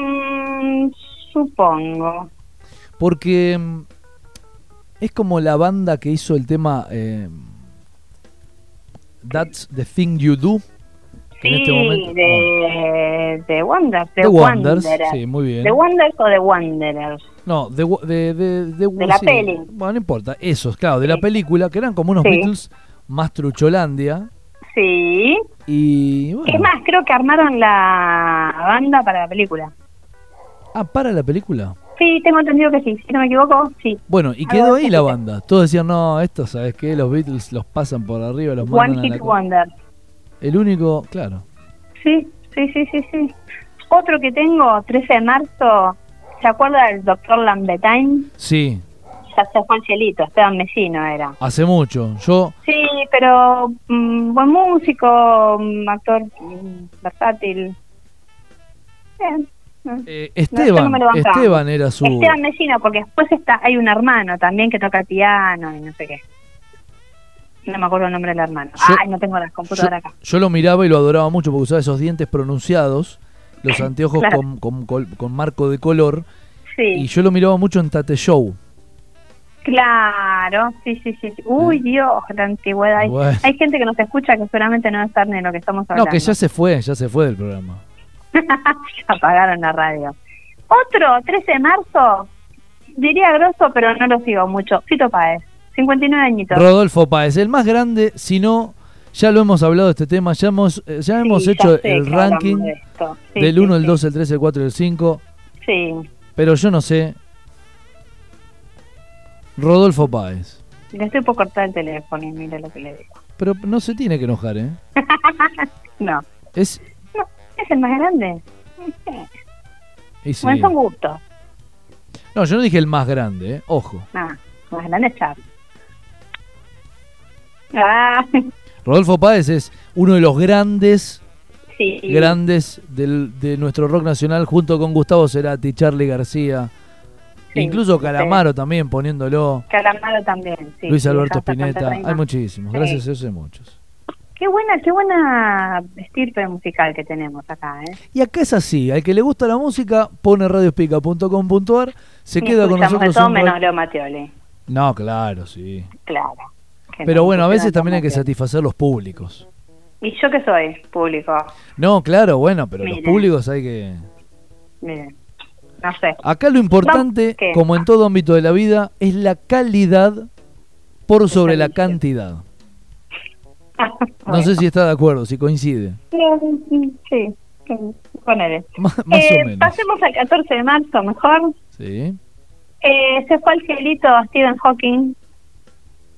Speaker 2: Mm, supongo.
Speaker 1: Porque mm, es como la banda que hizo el tema eh, That's the Thing You Do. que
Speaker 2: Sí, de, de Wonders. De
Speaker 1: The Wonders.
Speaker 2: Wanderers.
Speaker 1: Sí, muy bien.
Speaker 2: ¿De Wonders o de Wanderers?
Speaker 1: no, de, Wo- de, de,
Speaker 2: De la peli.
Speaker 1: Bueno, no importa. Esos, claro, de la
Speaker 2: Sí.
Speaker 1: película, que eran como unos
Speaker 2: Sí.
Speaker 1: Beatles más trucholandia.
Speaker 2: Sí.
Speaker 1: Y bueno.
Speaker 2: Es más, creo que armaron la banda para la película.
Speaker 1: Ah, para la película.
Speaker 2: Sí, tengo entendido que sí. Si no me equivoco, Ah, sí.
Speaker 1: Bueno, y
Speaker 2: Algo
Speaker 1: quedó ahí
Speaker 2: así.
Speaker 1: la banda. Todos decían, no, esto, ¿sabes qué? Los Beatles los pasan por arriba, los mandan
Speaker 2: One
Speaker 1: a la
Speaker 2: Hit
Speaker 1: co-".
Speaker 2: Wonder.
Speaker 1: El único, claro.
Speaker 2: Sí, sí, sí, sí, sí. Otro que tengo, 13 de marzo, ¿se acuerda del doctor Lambertine?
Speaker 1: Sí,
Speaker 2: Ya se fue al cielito, Esteban Mesino era.
Speaker 1: hace mucho. Yo
Speaker 2: Sí, pero mm, buen músico, mm, actor mm, versátil. Bien. ¿no?
Speaker 1: Eh,
Speaker 2: yo no
Speaker 1: Esteban,
Speaker 2: me lo bancaba.
Speaker 1: Esteban era su.
Speaker 2: Esteban Mesino, porque después está, hay un hermano también que toca piano y no sé qué. No me acuerdo el nombre del hermano.
Speaker 1: Yo-
Speaker 2: Ay, no tengo las
Speaker 1: yo,
Speaker 2: computadoras acá.
Speaker 1: yo lo miraba y lo adoraba mucho porque usaba esos dientes pronunciados, los anteojos
Speaker 2: Claro.
Speaker 1: con, con col- con marco de color. Y
Speaker 2: Sí,
Speaker 1: yo lo miraba mucho en Tate Show.
Speaker 2: claro, sí, sí, sí. sí. Uy, Dios, la antigüedad. Hay,
Speaker 1: Eh. Bueno.
Speaker 2: hay gente que nos escucha que seguramente no va a estar ni en lo que estamos
Speaker 1: No,
Speaker 2: hablando.
Speaker 1: que ya se fue, ya se fue del programa.
Speaker 2: [laughs] Apagaron la radio. Otro, 13 de marzo, diría grosso, pero no lo sigo mucho. Fito Páez, 59 añitos.
Speaker 1: Rodolfo Páez, el más grande, si no, ya lo hemos hablado de este tema, ya hemos, eh, ya
Speaker 2: Sí,
Speaker 1: hemos
Speaker 2: ya
Speaker 1: hecho
Speaker 2: sé que
Speaker 1: el
Speaker 2: hablamos
Speaker 1: ranking
Speaker 2: de esto. Sí,
Speaker 1: del
Speaker 2: sí,
Speaker 1: 1, el
Speaker 2: sí.
Speaker 1: 2, el 3, el 4 y el 5,
Speaker 2: Sí,
Speaker 1: pero yo no sé. Rodolfo Páez.
Speaker 2: le estoy por cortar el teléfono y mira lo que le digo.
Speaker 1: Pero no se tiene que enojar, ¿eh?
Speaker 2: No,
Speaker 1: Es.
Speaker 2: no, es el más grande.
Speaker 1: y sí.
Speaker 2: Bueno, son gustos.
Speaker 1: eh, No, yo no dije el más grande, ¿eh? ojo.
Speaker 2: Nada, más grande es Charlie. Ah, [laughs]
Speaker 1: Rodolfo Páez es uno de los grandes,
Speaker 2: sí.
Speaker 1: grandes del- de nuestro rock nacional, junto con Gustavo Cerati, Charlie García,
Speaker 2: Sí,
Speaker 1: incluso
Speaker 2: sí.
Speaker 1: Calamaro también poniéndolo,
Speaker 2: Calamaro también, sí.
Speaker 1: Luis
Speaker 2: sí,
Speaker 1: Alberto
Speaker 2: son bastante
Speaker 1: Spinetta,
Speaker 2: reinos.
Speaker 1: hay muchísimos,
Speaker 2: Sí.
Speaker 1: gracias a eso hay muchos.
Speaker 2: Qué buena, qué buena estirpe musical que tenemos acá, ¿eh?
Speaker 1: Y acá es así, al que le gusta la música pone radiospica.com.ar, se
Speaker 2: Y
Speaker 1: queda con
Speaker 2: escuchamos
Speaker 1: nosotros
Speaker 2: de todo
Speaker 1: un
Speaker 2: menos
Speaker 1: ra-
Speaker 2: Leo Mattioli,
Speaker 1: No, claro, sí.
Speaker 2: claro. Que
Speaker 1: Pero
Speaker 2: no,
Speaker 1: bueno, a
Speaker 2: no
Speaker 1: veces
Speaker 2: escuchamos
Speaker 1: también hay que
Speaker 2: Mattioli.
Speaker 1: satisfacer los públicos.
Speaker 2: ¿Y yo qué soy? Público.
Speaker 1: No, claro, bueno, pero los
Speaker 2: Mire.
Speaker 1: públicos hay que...
Speaker 2: Miren, no sé.
Speaker 1: Acá lo importante,
Speaker 2: Vamos, ¿qué?
Speaker 1: como en todo ámbito de la vida, es la calidad por sobre la
Speaker 2: servicio.
Speaker 1: cantidad. No
Speaker 2: Bueno.
Speaker 1: Ah,
Speaker 2: [laughs] Eh,
Speaker 1: sé si está de acuerdo, si coincide.
Speaker 2: Sí, ponele.
Speaker 1: [laughs] Más, [laughs] más
Speaker 2: Eh,
Speaker 1: o menos.
Speaker 2: Pasemos al 14 de marzo, mejor.
Speaker 1: Sí.
Speaker 2: Eh, se fue al cielito Stephen Hawking,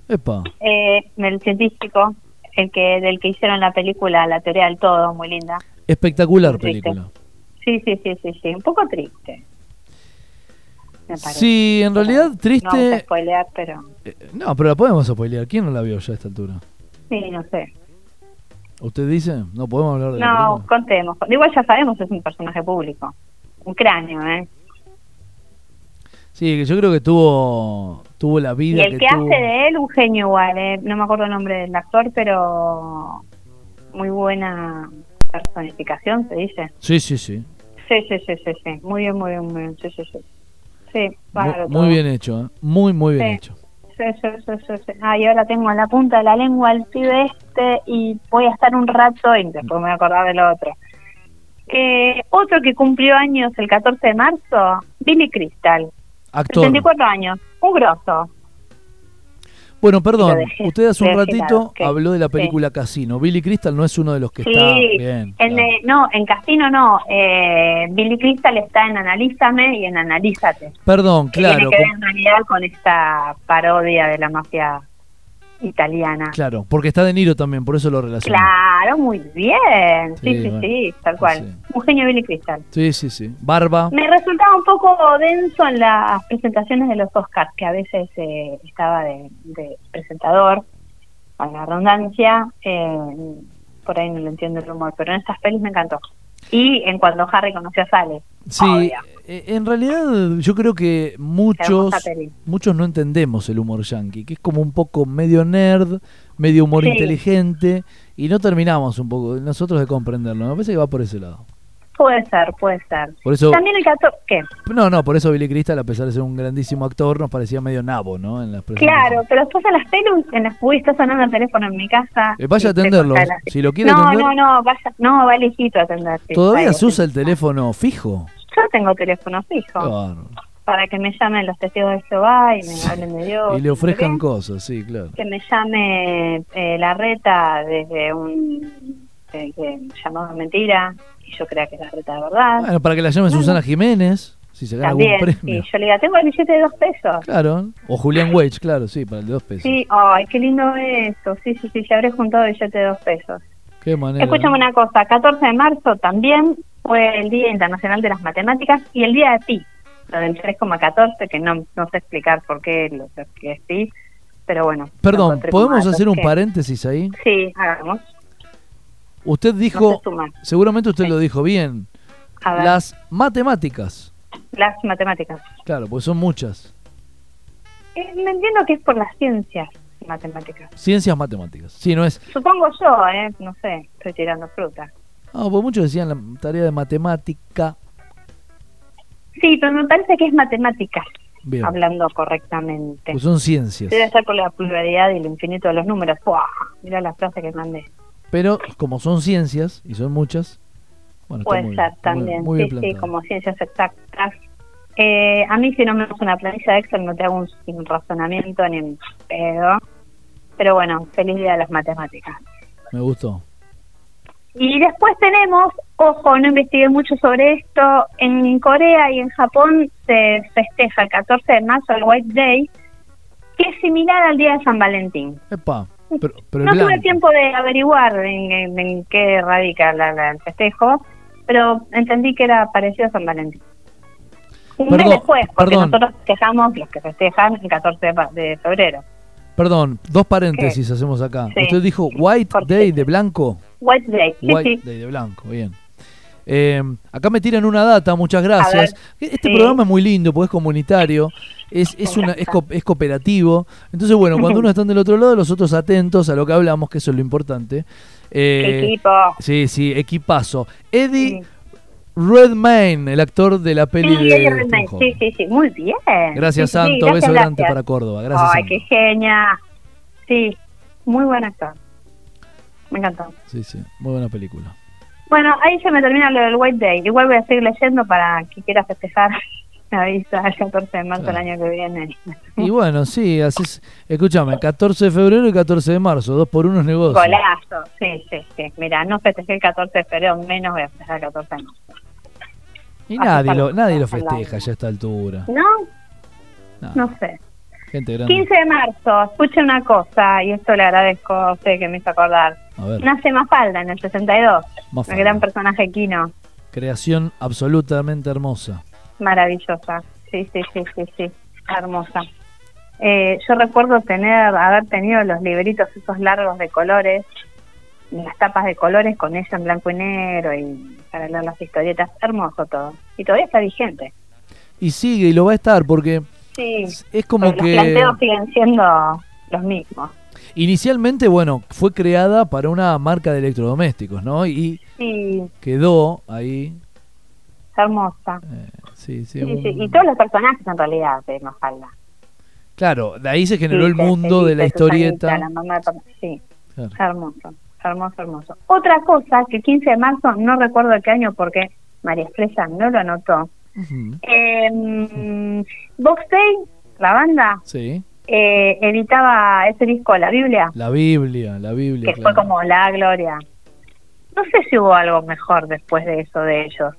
Speaker 1: Epa.
Speaker 2: eh, el científico, el que del que hicieron la película La teoría del todo, muy linda.
Speaker 1: Espectacular
Speaker 2: Triste.
Speaker 1: película.
Speaker 2: Sí, sí, sí, sí, sí, un poco triste. me parece.
Speaker 1: Sí, en realidad
Speaker 2: No vamos a
Speaker 1: triste.
Speaker 2: spoilear, pero
Speaker 1: eh, No, pero la podemos spoilear. ¿Quién no la vio ya a esta altura?
Speaker 2: sí, no sé.
Speaker 1: ¿Usted dice? No podemos hablar de la
Speaker 2: No,
Speaker 1: película?
Speaker 2: contemos. Igual ya sabemos es un personaje público. Un cráneo, ¿eh?
Speaker 1: Sí, que yo creo que tuvo tuvo la
Speaker 2: Y
Speaker 1: vida
Speaker 2: el que,
Speaker 1: tuvo.
Speaker 2: hace de él, un genio igual, ¿eh? No me acuerdo el nombre del actor, pero muy buena personificación, se dice.
Speaker 1: Sí, sí, sí.
Speaker 2: Sí, sí, sí, sí, sí. Muy bien, muy bien, muy bien. Sí, sí, sí. Sí, bárbaro
Speaker 1: Mu- Muy,
Speaker 2: todo.
Speaker 1: bien hecho, ¿eh? Muy, muy bien
Speaker 2: Sí.
Speaker 1: hecho.
Speaker 2: Sí, sí, sí, sí, sí. Ah, y ahora tengo en la punta de la lengua el pibe este y voy a estar un rato y después me voy a acordar del otro. Eh, otro que cumplió años el 14 de marzo, Billy Crystal.
Speaker 1: Actor.
Speaker 2: 74 años. Un grosso.
Speaker 1: Bueno, perdón,
Speaker 2: Lo dejé,
Speaker 1: usted hace un
Speaker 2: lo dejé
Speaker 1: ratito
Speaker 2: tirado, ok.
Speaker 1: habló de la película Casino. Billy Crystal no es uno de los que está bien.
Speaker 2: en,
Speaker 1: claro.
Speaker 2: eh, no, en Casino no. Eh, Billy Crystal está en Analízame y en Analízate.
Speaker 1: Perdón,
Speaker 2: que
Speaker 1: claro,
Speaker 2: Tiene que ver
Speaker 1: con-
Speaker 2: en realidad con esta parodia de la mafia italiana.
Speaker 1: claro, porque está De Niro también, por eso lo relaciono.
Speaker 2: Claro, muy bien. Sí,
Speaker 1: Sí,
Speaker 2: sí,
Speaker 1: bueno.
Speaker 2: sí, tal cual.
Speaker 1: Sí.
Speaker 2: Un genio Billy Crystal.
Speaker 1: Sí, sí, sí. Barba.
Speaker 2: Me resultaba un poco denso en las presentaciones de los Oscars, que a veces eh, estaba de, de presentador, a la redundancia. eh, por ahí no lo entiendo el rumor, pero en estas pelis me encantó. Y en cuando Harry conoció a Sally.
Speaker 1: Sí,
Speaker 2: obvio.
Speaker 1: eh, en realidad yo creo que muchos
Speaker 2: Hermosa peli.
Speaker 1: muchos no entendemos el humor yankee, que es como un poco medio nerd, medio humor
Speaker 2: Sí.
Speaker 1: inteligente y no terminamos un poco nosotros de comprenderlo. Me parece que va por ese lado.
Speaker 2: Puede ser, puede ser.
Speaker 1: Por eso
Speaker 2: También el 14. ¿Qué?
Speaker 1: no, no, por eso Billy Crystal a pesar de ser un grandísimo actor nos parecía medio nabo, ¿no? En las presentaciones.
Speaker 2: Claro, pero después en las pelis, en las uy, está sonando el teléfono en mi casa.
Speaker 1: Eh, vaya a
Speaker 2: Y te
Speaker 1: atenderlo.
Speaker 2: corta la-
Speaker 1: Si lo quiere
Speaker 2: no,
Speaker 1: atender-
Speaker 2: No, no, vaya, no, va lejito a atender. sí,
Speaker 1: Todavía
Speaker 2: vaya,
Speaker 1: se usa
Speaker 2: sí.
Speaker 1: el teléfono fijo.
Speaker 2: Yo tengo teléfono fijo
Speaker 1: Qué bárbaro.
Speaker 2: para que me llamen los testigos de Jehová y me hablen de Dios.
Speaker 1: Y le
Speaker 2: no sé
Speaker 1: ofrezcan
Speaker 2: qué.
Speaker 1: cosas, sí, claro.
Speaker 2: Que me llame eh, la reta desde un eh, que llamado mentira y yo crea que es la reta de verdad.
Speaker 1: Bueno, para que la llame Susana Jiménez, si se gana
Speaker 2: Ah. También,
Speaker 1: Ah, algún
Speaker 2: y
Speaker 1: premio.
Speaker 2: yo le diga, tengo el billete de dos pesos.
Speaker 1: Claro. O Julián Wage, claro, sí, para el de dos pesos.
Speaker 2: Sí, ay, qué lindo eso. Sí, sí, sí, ya habré juntado el billete de dos pesos.
Speaker 1: Qué manera.
Speaker 2: Escúchame una cosa, 14 de marzo también fue el Día Internacional de las Matemáticas y el Día de Pi, lo del 3,14, que no, no sé explicar por qué lo lo que es Pi, pero bueno.
Speaker 1: Perdón,
Speaker 2: son
Speaker 1: ¿podemos
Speaker 2: 3,14
Speaker 1: hacer un
Speaker 2: que-
Speaker 1: paréntesis ahí?
Speaker 2: Sí, hagamos.
Speaker 1: Usted
Speaker 2: No
Speaker 1: dijo,
Speaker 2: sé sumar.
Speaker 1: seguramente usted
Speaker 2: Sí.
Speaker 1: lo dijo bien,
Speaker 2: A ver, las,
Speaker 1: las matemáticas.
Speaker 2: matemáticas.
Speaker 1: Claro, porque son muchas.
Speaker 2: Eh, me entiendo que es por las ciencias matemáticas.
Speaker 1: Ciencias matemáticas. Sí, no es.
Speaker 2: Supongo yo, ¿eh? No sé, estoy tirando fruta.
Speaker 1: Ah, porque muchos decían la tarea de matemática.
Speaker 2: Sí, pero me parece que es matemáticas,
Speaker 1: Bien.
Speaker 2: hablando correctamente.
Speaker 1: Pues son ciencias.
Speaker 2: Debe ser por la pluralidad y el infinito de los números. ¡Buah! Mira la frase que mandé.
Speaker 1: Pero como son ciencias, y son muchas, bueno, está
Speaker 2: Puede
Speaker 1: muy
Speaker 2: ser
Speaker 1: bien, muy bien,
Speaker 2: también,
Speaker 1: muy bien
Speaker 2: sí, sí,
Speaker 1: plantado.
Speaker 2: como ciencias exactas. Eh, a mí si no me das una planilla de Excel no te hago un, un razonamiento ni un pedo. Pero bueno, feliz día de las matemáticas.
Speaker 1: Me gustó.
Speaker 2: Y después tenemos, ojo, no investigué mucho sobre esto, en Corea y en Japón se festeja el 14 de marzo el White Day, que es similar al Día de San Valentín.
Speaker 1: Epa, pero, pero
Speaker 2: no
Speaker 1: es
Speaker 2: tuve
Speaker 1: blanco.
Speaker 2: tiempo de averiguar en, en- en qué radica la- la- el festejo, pero entendí que era parecido a San Valentín. Un mes
Speaker 1: Perdón,
Speaker 2: después, porque
Speaker 1: perdón.
Speaker 2: nosotros festejamos los que festejan el 14 de, pa- de febrero.
Speaker 1: Perdón, dos paréntesis hacemos acá.
Speaker 2: Sí.
Speaker 1: Usted dijo White
Speaker 2: Corte.
Speaker 1: Day de blanco.
Speaker 2: White Day, sí,
Speaker 1: White
Speaker 2: sí.
Speaker 1: Day de blanco, bien. Eh, acá me tiran una data, muchas gracias. este
Speaker 2: sí.
Speaker 1: programa es muy lindo porque es comunitario, es, es, una, es, co- es cooperativo. Entonces, bueno, cuando uno está del otro lado, los otros atentos a lo que hablamos, que eso es lo importante.
Speaker 2: Qué
Speaker 1: Eh,
Speaker 2: equipo.
Speaker 1: sí, sí, equipazo. Eddie
Speaker 2: Sí.
Speaker 1: Redmayne, el actor de la peli
Speaker 2: Sí,
Speaker 1: de.
Speaker 2: Iron
Speaker 1: Tom
Speaker 2: Man,
Speaker 1: Holland.
Speaker 2: sí, sí, sí, muy bien.
Speaker 1: Gracias,
Speaker 2: Sí, sí,
Speaker 1: Santo.
Speaker 2: gracias,
Speaker 1: Beso grande
Speaker 2: gracias.
Speaker 1: para Córdoba. Gracias.
Speaker 2: Ay,
Speaker 1: Santo.
Speaker 2: qué genia. Sí, muy buen actor. Me encantó.
Speaker 1: Sí, sí, muy buena película.
Speaker 2: Bueno, ahí se me termina lo del White Day. Igual voy a seguir leyendo para que quiera festejar [laughs] me avisa el 14 de marzo
Speaker 1: Claro.
Speaker 2: el año que viene.
Speaker 1: Y bueno, sí, así es. Escúchame, 14 de febrero y 14 de marzo, dos por uno es negocio.
Speaker 2: Golazo, sí, sí, sí. Mira, no festejé el 14 de febrero, menos voy a festejar el 14 de marzo.
Speaker 1: Y nadie lo,
Speaker 2: Así
Speaker 1: nadie lo
Speaker 2: estamos.
Speaker 1: festeja ya a esta altura.
Speaker 2: ¿No?
Speaker 1: No,
Speaker 2: No sé.
Speaker 1: gente grande.
Speaker 2: 15 de marzo, escuche una cosa, y esto le agradezco a usted que me hizo acordar.
Speaker 1: A ver,
Speaker 2: Nace Mafalda en el 62, el
Speaker 1: Mafalda.
Speaker 2: gran personaje Kino,
Speaker 1: Creación absolutamente hermosa.
Speaker 2: maravillosa. Sí, sí, sí, sí, sí, hermosa. Eh, yo recuerdo tener, haber tenido los libritos esos largos de colores, las tapas de colores con ella en blanco y negro y para leer las historietas, hermoso todo. Y todavía está vigente.
Speaker 1: Y sigue y lo va a estar porque
Speaker 2: Sí,
Speaker 1: es- es como
Speaker 2: los
Speaker 1: que
Speaker 2: planteos siguen siendo los mismos.
Speaker 1: inicialmente, bueno, fue creada para una marca de electrodomésticos, ¿no? Y
Speaker 2: Sí,
Speaker 1: quedó ahí.
Speaker 2: hermosa.
Speaker 1: eh, sí, sí,
Speaker 2: Sí, sí,
Speaker 1: un-
Speaker 2: Y todos los personajes en realidad de Mafalda.
Speaker 1: Claro, de ahí se generó
Speaker 2: Sí,
Speaker 1: el mundo
Speaker 2: Felipe,
Speaker 1: de la
Speaker 2: Susanita,
Speaker 1: historieta.
Speaker 2: la mamá de papá. Sí,
Speaker 1: Claro.
Speaker 2: hermoso, hermoso, hermoso. Otra cosa que el 15 de marzo, no recuerdo qué año porque María Estrella no lo anotó.
Speaker 1: Ujú,
Speaker 2: Eh, Box Day, la banda,
Speaker 1: Sí,
Speaker 2: eh, editaba ese disco, La Biblia,
Speaker 1: la Biblia, la Biblia.
Speaker 2: que fue
Speaker 1: claro.
Speaker 2: como la gloria. No sé si hubo algo mejor después de eso de ellos.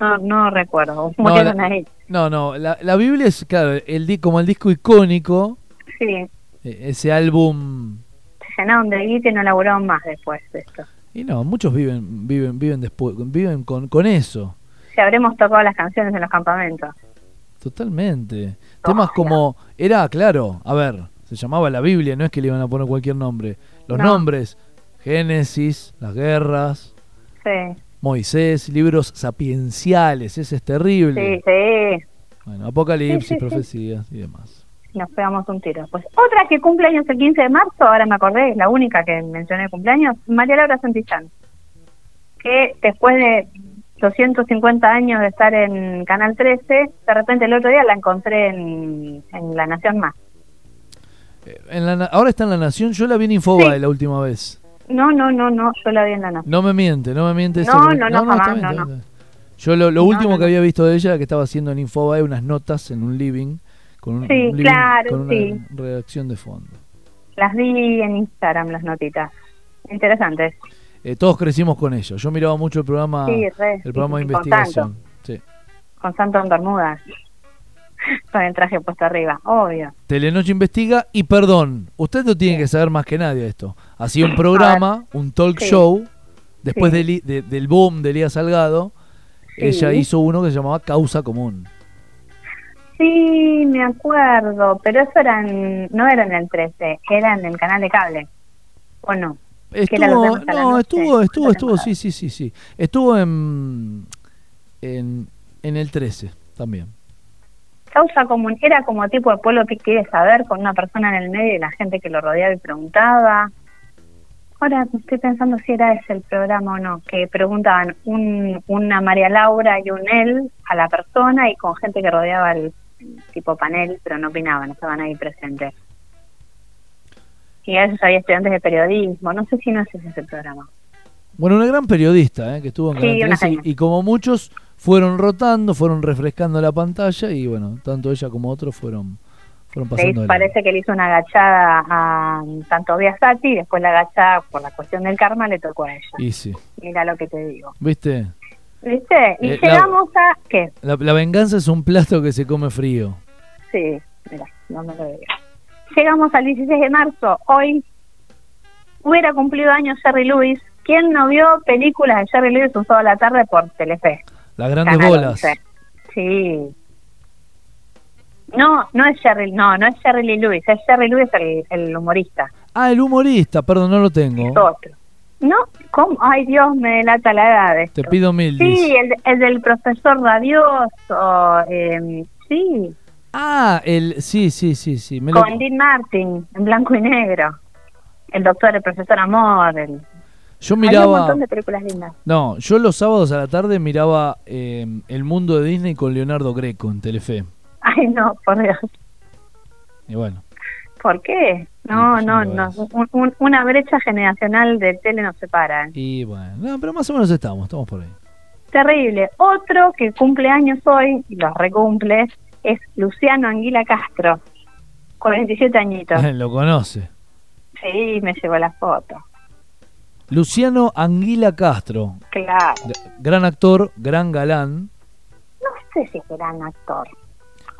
Speaker 2: No, no recuerdo.
Speaker 1: No,
Speaker 2: Murieron
Speaker 1: la-
Speaker 2: ahí.
Speaker 1: No, no, la, la Biblia es, claro, el di- como el disco icónico,
Speaker 2: Sí,
Speaker 1: eh, ese álbum.
Speaker 2: se llenaron de guita y no laburaron más después de esto.
Speaker 1: Y no, muchos viven viven viven después, viven con, con eso,
Speaker 2: Si habremos tocado las canciones en los campamentos.
Speaker 1: totalmente. Temas como, era, claro, a ver, se llamaba la Biblia, no es que le iban a poner cualquier nombre. Los
Speaker 2: No.
Speaker 1: nombres, Génesis, las guerras,
Speaker 2: Sí,
Speaker 1: Moisés, libros sapienciales, ese es terrible.
Speaker 2: sí, sí.
Speaker 1: Bueno, Apocalipsis,
Speaker 2: Sí, sí, sí.
Speaker 1: profecías y demás.
Speaker 2: Nos pegamos un tiro. Pues otra que cumpleaños el 15 de marzo, ahora me acordé, es la única que mencioné de cumpleaños, María Laura Santillán. Que después de 250 años de estar en Canal 13, de repente el otro día la encontré en, en La Nación Más.
Speaker 1: Eh, en la na- ahora está en La Nación, yo la vi en Infobae
Speaker 2: Sí.
Speaker 1: la última vez.
Speaker 2: No, no, no, no, yo la vi en La Nación.
Speaker 1: No me miente, no me miente eso.
Speaker 2: No,
Speaker 1: porque-
Speaker 2: no, no, jamás,
Speaker 1: está bien,
Speaker 2: no,
Speaker 1: está
Speaker 2: no.
Speaker 1: bien. Yo lo, lo
Speaker 2: No,
Speaker 1: último
Speaker 2: no,
Speaker 1: que
Speaker 2: no.
Speaker 1: había visto de ella era que estaba haciendo en Infobae unas notas en un living con, un,
Speaker 2: Sí,
Speaker 1: un living
Speaker 2: claro,
Speaker 1: con una
Speaker 2: sí.
Speaker 1: redacción de fondo.
Speaker 2: Las vi en Instagram, las notitas. Interesantes.
Speaker 1: Eh, todos crecimos con ello. Yo miraba mucho el programa,
Speaker 2: Sí, re,
Speaker 1: el programa de
Speaker 2: y- y con
Speaker 1: investigación. Sí.
Speaker 2: Con Santo en Bermudas. [laughs] Con el traje puesto arriba, obvio.
Speaker 1: Telenoche investiga y perdón, usted lo tiene que saber más que nadie esto. Hacía un programa, un talk
Speaker 2: Ah, Sí.
Speaker 1: show, después
Speaker 2: Sí.
Speaker 1: del i- de- del boom de Elías Salgado, ella
Speaker 2: Sí.
Speaker 1: hizo uno que se llamaba Causa Común.
Speaker 2: Sí, me acuerdo, pero eso eran, no era en el 13, era en el canal de cable. ¿O no? Que era
Speaker 1: Estuvo,
Speaker 2: los viernes a la
Speaker 1: no,
Speaker 2: noche,
Speaker 1: estuvo, estuvo,
Speaker 2: la
Speaker 1: estuvo,
Speaker 2: temporada.
Speaker 1: sí, sí, sí, sí. Estuvo en, en, en el 13 también.
Speaker 2: Causa común, era como tipo de pueblo que quiere saber con una persona en el medio y la gente que lo rodeaba y preguntaba. Ahora estoy pensando si era ese el programa o no, que preguntaban un, una María Laura y un él a la persona y con gente que rodeaba el tipo panel, pero no opinaban, estaban ahí presentes. Y a veces había estudiantes de periodismo, no sé si no es ese el programa.
Speaker 1: Bueno, una gran periodista ¿eh? que estuvo en
Speaker 2: Sí,
Speaker 1: Canal
Speaker 2: una
Speaker 1: 13 y-
Speaker 2: genia.
Speaker 1: y, como muchos fueron rotando, fueron refrescando la pantalla y bueno, tanto ella como otros fueron, fueron
Speaker 2: Le
Speaker 1: pasando.
Speaker 2: hizo-
Speaker 1: de largo.
Speaker 2: parece que le hizo una agachada a um, tanto Biasati y después la agachada por la cuestión del karma le tocó a ella.
Speaker 1: Y sí,
Speaker 2: Mira lo que te digo.
Speaker 1: viste,
Speaker 2: ¿Viste? Y
Speaker 1: Eh, la-
Speaker 2: llegamos a... ¿Qué?
Speaker 1: la, la venganza es un plato que se come frío.
Speaker 2: Sí, mira, no me lo digas. Llegamos al 16 de marzo. Hoy hubiera cumplido años Jerry Lewis. ¿Quién no vio películas de Jerry Lewis un sábado a la tarde por Telefe?
Speaker 1: Las grandes
Speaker 2: Canal
Speaker 1: bolas.
Speaker 2: 11. Sí. No, no es Jerry, no, no es Jerry Lee Lewis, es Jerry Lewis el- el humorista.
Speaker 1: Ah, el humorista, perdón, no lo tengo.
Speaker 2: otro. No, ¿cómo? Ay, Dios, me delata la edad. de esto.
Speaker 1: Te pido mil.
Speaker 2: Sí,
Speaker 1: dis.
Speaker 2: el, el del profesor rabioso. eh, sí,
Speaker 1: Ah, el, sí, sí, sí, sí. Me lo-
Speaker 2: con Dean Martin, en blanco y negro. El doctor, el profesor Amor. el-
Speaker 1: Yo
Speaker 2: Hay un
Speaker 1: miraba...
Speaker 2: montón de películas lindas. [laughs]
Speaker 1: No, yo los sábados a la tarde miraba eh, El Mundo de Disney con Leonardo Greco en Telefe.
Speaker 2: Ay, no, por Dios.
Speaker 1: Y bueno,
Speaker 2: ¿Por qué? No,
Speaker 1: Sí,
Speaker 2: no,
Speaker 1: sí,
Speaker 2: no.
Speaker 1: lo es.
Speaker 2: Un- un- una brecha generacional de tele nos separa.
Speaker 1: y bueno, no, pero más o menos estamos, estamos por ahí.
Speaker 2: Terrible. Otro que cumple años hoy, y los recumple, es Luciano Anguila Castro,
Speaker 1: [laughs]
Speaker 2: 47 añitos.
Speaker 1: Lo conoce.
Speaker 2: Sí, me llevó la foto.
Speaker 1: Luciano Anguila Castro,
Speaker 2: Claro.
Speaker 1: g- gran actor, gran galán.
Speaker 2: No sé si es gran actor.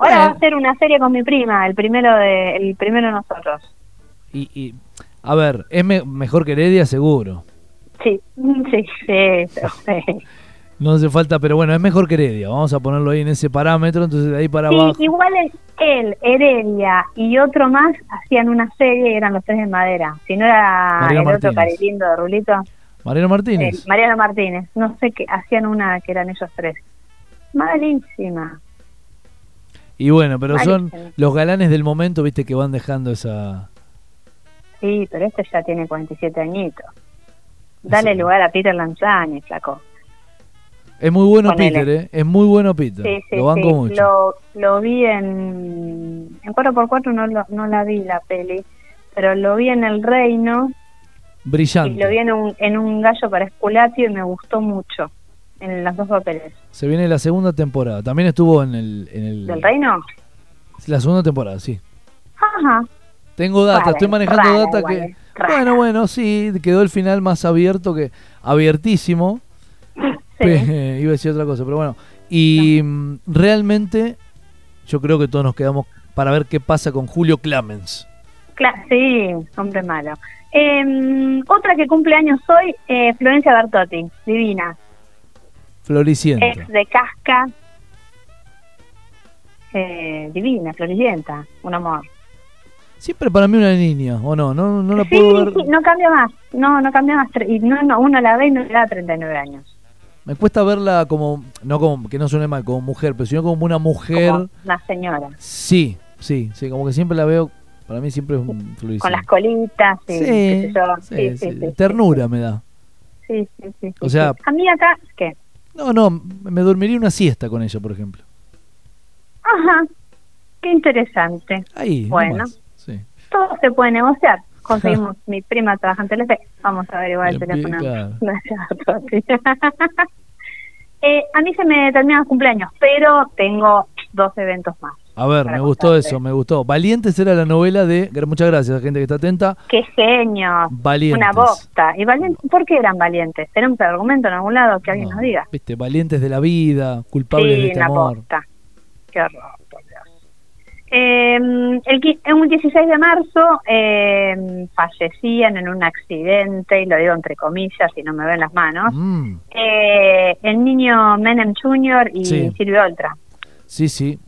Speaker 2: Ahora va a hacer una serie con mi prima, el primero de el primero nosotros.
Speaker 1: Y, y, a ver, es me- mejor que Heredia, seguro.
Speaker 2: Sí, sí, sí, sí.
Speaker 1: No hace falta, pero bueno, es mejor que Heredia. Vamos a ponerlo ahí en ese parámetro, entonces de ahí para
Speaker 2: Sí,
Speaker 1: abajo.
Speaker 2: igual es él, Heredia y otro más hacían una serie y eran los tres de madera. Si no era
Speaker 1: Mariano
Speaker 2: el otro
Speaker 1: Martínez.
Speaker 2: carilindo de Rulito,
Speaker 1: Mariano
Speaker 2: el
Speaker 1: Martínez.
Speaker 2: Mariano Martínez. No sé qué, hacían una que eran ellos tres. Malísima.
Speaker 1: Y bueno, pero son
Speaker 2: Malísimo.
Speaker 1: los galanes del momento, viste, que van dejando esa...
Speaker 2: Sí, pero este ya tiene 47 añitos. Dale
Speaker 1: Sí.
Speaker 2: lugar a Peter Lanzani, flaco.
Speaker 1: Es muy bueno
Speaker 2: Ponele.
Speaker 1: Peter, ¿eh? Es muy bueno Peter.
Speaker 2: Sí, sí,
Speaker 1: lo banco
Speaker 2: sí.
Speaker 1: mucho.
Speaker 2: Lo, lo vi en, en 4x4, no, lo- no la vi la peli, pero lo vi en El Reino y
Speaker 1: Brillante.
Speaker 2: lo vi en un, en un gallo para Esculatio y me gustó mucho en los dos papeles.
Speaker 1: Se viene la segunda temporada. También estuvo en el... En el
Speaker 2: ¿Del Reino?
Speaker 1: La segunda temporada, sí.
Speaker 2: Ajá.
Speaker 1: Tengo data,
Speaker 2: Rara,
Speaker 1: estoy manejando
Speaker 2: rara
Speaker 1: data
Speaker 2: igual,
Speaker 1: que...
Speaker 2: rara.
Speaker 1: Bueno, bueno, sí, quedó el final más abierto que... Abiertísimo.
Speaker 2: Sí.
Speaker 1: Pe- [laughs] Iba a decir otra cosa, pero bueno. Y mm, realmente yo creo que todos nos quedamos para ver qué pasa con Julio Clamens.
Speaker 2: Cla- sí, hombre malo. Em, otra que cumple años hoy, eh, Florencia Bertotti, divina,
Speaker 1: Floricienta.
Speaker 2: ex de Casca. Eh, divina, floricienta, un amor.
Speaker 1: Siempre para mí una niña, ¿o no? No, no la
Speaker 2: sí,
Speaker 1: puedo ver.
Speaker 2: sí, no cambia más. No, no cambia más. Tre- Y no, no, uno la ve y no le da 39 años.
Speaker 1: Me cuesta verla como, no como, que no suene mal, como mujer, pero sino como una mujer.
Speaker 2: Como una señora.
Speaker 1: Sí, sí, sí, como que siempre la veo, para mí siempre es un
Speaker 2: Con las
Speaker 1: floricienta.
Speaker 2: colitas. y qué sé
Speaker 1: Sí,
Speaker 2: yo.
Speaker 1: sí, sí, ternura me da.
Speaker 2: Sí, sí, sí,
Speaker 1: O
Speaker 2: sí,
Speaker 1: sea-
Speaker 2: sí. A mí acá, ¿qué?
Speaker 1: No, no, me dormiría una siesta con ella, por ejemplo.
Speaker 2: Ajá. Qué interesante.
Speaker 1: Ahí,
Speaker 2: Bueno.
Speaker 1: nomás, Sí.
Speaker 2: Todo se puede
Speaker 1: [laughs]
Speaker 2: negociar. Conseguimos, mi prima trabaja en Telefe. Vamos a averiguar el
Speaker 1: Bien,
Speaker 2: teléfono. [laughs]
Speaker 1: claro.
Speaker 2: Gracias a todos. [laughs] Eh, a mí se me terminan los cumpleaños, pero tengo dos eventos más.
Speaker 1: A ver,
Speaker 2: para
Speaker 1: me gustó
Speaker 2: contarte.
Speaker 1: eso, me gustó. Valientes era la novela de. gra- Muchas gracias, gente que está atenta.
Speaker 2: ¡Qué genios!
Speaker 1: Valientes.
Speaker 2: Una bosta. ¿Y valientes? ¿Por qué eran valientes? ¿Tenemos el argumento en algún lado que alguien
Speaker 1: No,
Speaker 2: nos diga?
Speaker 1: Ah, Viste, valientes de la vida, culpables de
Speaker 2: Sí,
Speaker 1: este
Speaker 2: una
Speaker 1: amor.
Speaker 2: bosta. Qué horror, por Dios. Eh, el, qui- en un 16 de marzo eh, fallecían en un accidente, y lo digo entre comillas, si no me ven las manos,
Speaker 1: Mm,
Speaker 2: eh, el niño Menem Jr. y
Speaker 1: Sí.
Speaker 2: Silvio Oltra.
Speaker 1: sí, sí.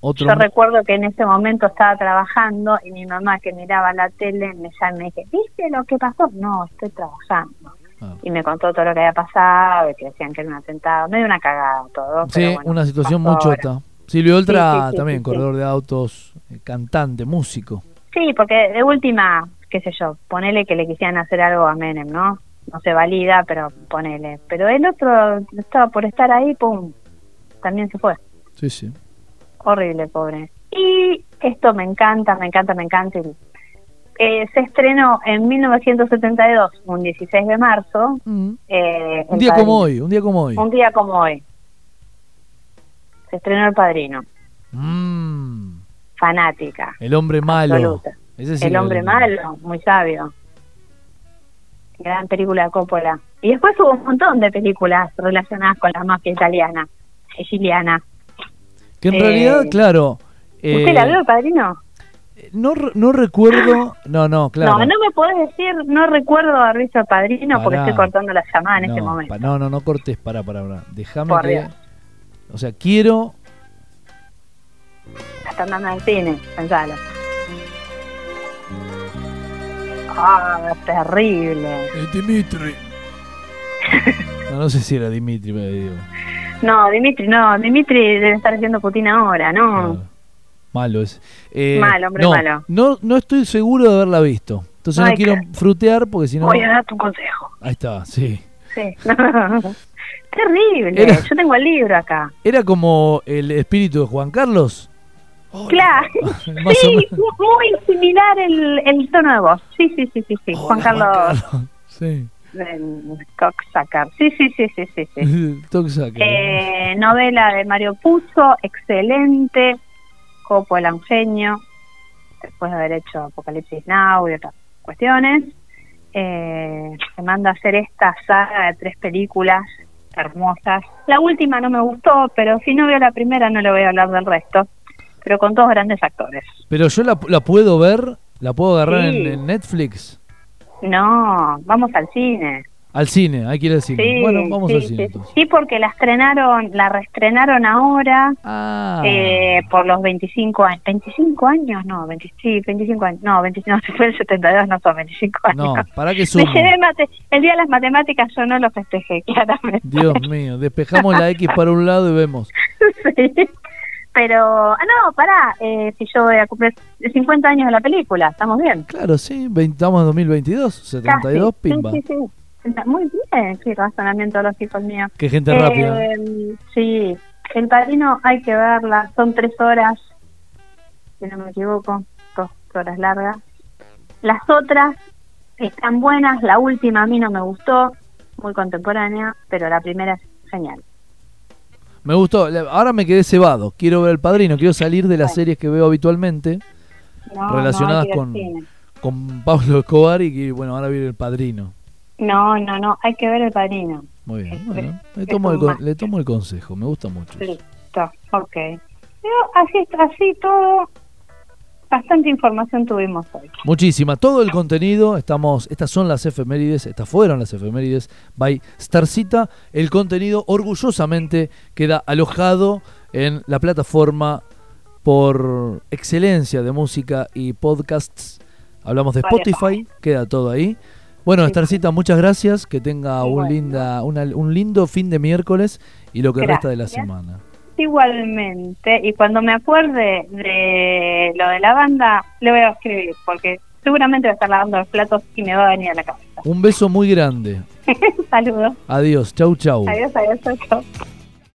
Speaker 1: Otro.
Speaker 2: Yo recuerdo que en ese momento estaba trabajando y mi mamá que miraba la tele me llama y me dice, ¿viste lo que pasó? No, estoy trabajando.
Speaker 1: Ah.
Speaker 2: Y me contó todo lo que había pasado y que decían que era un atentado. Medio una cagada todo.
Speaker 1: sí,
Speaker 2: pero bueno,
Speaker 1: una situación
Speaker 2: pasó
Speaker 1: muy
Speaker 2: ahora.
Speaker 1: chota. Silvio Oltra
Speaker 2: Sí, sí, sí,
Speaker 1: también,
Speaker 2: sí, sí.
Speaker 1: corredor de autos, eh, cantante, músico.
Speaker 2: Sí, porque de última, qué sé yo, ponele que le quisieran hacer algo a Menem, ¿no? No se valida, pero ponele. Pero el otro estaba por estar ahí, pum, también se fue.
Speaker 1: Sí, sí.
Speaker 2: Horrible, pobre. Y esto me encanta, me encanta, me encanta. Eh, se estrenó en 1972, un 16 de marzo.
Speaker 1: Mm.
Speaker 2: eh,
Speaker 1: Un
Speaker 2: El
Speaker 1: día como hoy,
Speaker 2: Padrino.
Speaker 1: un día como hoy.
Speaker 2: Un día como hoy. Se estrenó El Padrino.
Speaker 1: Mm,
Speaker 2: Fanática.
Speaker 1: el hombre malo.
Speaker 2: Absoluta.
Speaker 1: Ese sí que
Speaker 2: El
Speaker 1: era
Speaker 2: hombre malo, muy sabio. Gran película de Coppola. Y después hubo un montón de películas relacionadas con la mafia italiana, siciliana.
Speaker 1: Que en
Speaker 2: Eh,
Speaker 1: realidad, claro.
Speaker 2: ¿Usted
Speaker 1: eh,
Speaker 2: la vio, padrino?
Speaker 1: No, re- no recuerdo. No, no, claro.
Speaker 2: No, no me podés decir, no recuerdo haber visto al padrino porque
Speaker 1: Pará.
Speaker 2: estoy cortando la llamada en este
Speaker 1: no,
Speaker 2: momento.
Speaker 1: pa- no, no, no cortes, para, para, para. Déjame
Speaker 2: Por
Speaker 1: que.
Speaker 2: Dios.
Speaker 1: O sea, quiero.
Speaker 2: La Están dando al cine, pensalo. Ah, terrible.
Speaker 1: Dimitri. No, no sé si era Dimitri, pero digo.
Speaker 2: No, Dimitri, no, Dimitri debe estar haciendo Putin ahora, no.
Speaker 1: claro. Malo es. Eh,
Speaker 2: Mal, hombre,
Speaker 1: no,
Speaker 2: malo.
Speaker 1: No, no estoy seguro de haberla visto. Entonces
Speaker 2: Ay,
Speaker 1: no quiero
Speaker 2: qué-
Speaker 1: frutear porque si no.
Speaker 2: Voy a dar tu consejo.
Speaker 1: Ahí está, sí.
Speaker 2: Sí. [laughs] Terrible.
Speaker 1: Era-
Speaker 2: Yo tengo el libro acá.
Speaker 1: Era como el espíritu de Juan Carlos.
Speaker 2: Claro.
Speaker 1: [laughs] Más o
Speaker 2: Sí,
Speaker 1: menos.
Speaker 2: muy similar el, el tono de voz. Sí, sí, sí, sí. sí.
Speaker 1: Hola,
Speaker 2: Juan Carlos.
Speaker 1: Carlos. [laughs] Sí.
Speaker 2: em, Cocksucker. Sí, sí, sí, sí, sí. sí.
Speaker 1: [laughs] Toxaca.
Speaker 2: Eh, novela de Mario Puzo, excelente. Copo el Angenio, después de haber hecho Apocalipsis Now y otras cuestiones. Eh, se manda a hacer esta saga de tres películas hermosas. La última no me gustó, pero si no veo la primera no le voy a hablar del resto. Pero con dos grandes actores.
Speaker 1: Pero yo la, la puedo ver, la puedo agarrar en,
Speaker 2: Sí.
Speaker 1: en Netflix.
Speaker 2: No, vamos al cine.
Speaker 1: Al cine, hay que ir al cine.
Speaker 2: Sí,
Speaker 1: bueno, vamos
Speaker 2: sí,
Speaker 1: al cine
Speaker 2: sí.
Speaker 1: entonces.
Speaker 2: Sí, porque la estrenaron, la reestrenaron ahora.
Speaker 1: Ah,
Speaker 2: Eh, por los 25 años. ¿25 años? No, 20 sí, 25 años. No, 25, no, [laughs] si fue el 72, no son 25 años.
Speaker 1: no, para que
Speaker 2: Me
Speaker 1: sumo.
Speaker 2: llevé mate- el día de las matemáticas yo no lo festejé, [laughs] claramente.
Speaker 1: Dios mío, despejamos la X para un lado y vemos.
Speaker 2: Sí. Pero, ah, no, pará, eh, si yo voy a cumplir 50 años de la película, estamos bien.
Speaker 1: Claro, sí, vein- estamos en 2022,
Speaker 2: Casi.
Speaker 1: 72, pimba.
Speaker 2: Sí, sí, sí. Muy bien, qué razonamiento lógico el mío.
Speaker 1: Qué gente
Speaker 2: Eh,
Speaker 1: rápida.
Speaker 2: Sí, El Padrino hay que verla, son tres horas, si no me equivoco, dos horas largas. Las otras están buenas, la última a mí no me gustó, muy contemporánea, pero la primera es genial.
Speaker 1: Me gustó. Le- Ahora me quedé cebado. Quiero ver El Padrino, quiero salir de las
Speaker 2: Bueno.
Speaker 1: series que veo habitualmente
Speaker 2: No,
Speaker 1: Relacionadas
Speaker 2: no, hay que ir al
Speaker 1: con-
Speaker 2: cine.
Speaker 1: con Pablo Escobar y que, bueno, ahora viene El Padrino.
Speaker 2: No, no, no, hay que ver El Padrino.
Speaker 1: Muy bien.
Speaker 2: Es-
Speaker 1: Bueno, le
Speaker 2: Este, es
Speaker 1: tomo, el,
Speaker 2: un
Speaker 1: con-
Speaker 2: máster.
Speaker 1: le tomo el consejo, me gusta mucho. eso.
Speaker 2: Listo, ok. Pero así, así todo, bastante información tuvimos hoy.
Speaker 1: Muchísima. Todo el contenido, estamos, estas son las efemérides, estas fueron las efemérides by Starcita. El contenido orgullosamente queda alojado en la plataforma por excelencia de música y podcasts. Hablamos de Spotify, queda todo ahí. Bueno, Starcita, muchas gracias. Que tenga un,
Speaker 2: Bueno.
Speaker 1: linda, una- un lindo fin de miércoles y lo que resta de la
Speaker 2: Gracias.
Speaker 1: semana.
Speaker 2: Igualmente, y cuando me acuerde de lo de la banda, le voy a escribir, porque seguramente va a estar lavando los platos y me va a venir a la cabeza. [laughs]
Speaker 1: Un beso muy grande.
Speaker 2: Saludos.
Speaker 1: Adiós. Chau, chau.
Speaker 2: Adiós, adiós, adiós.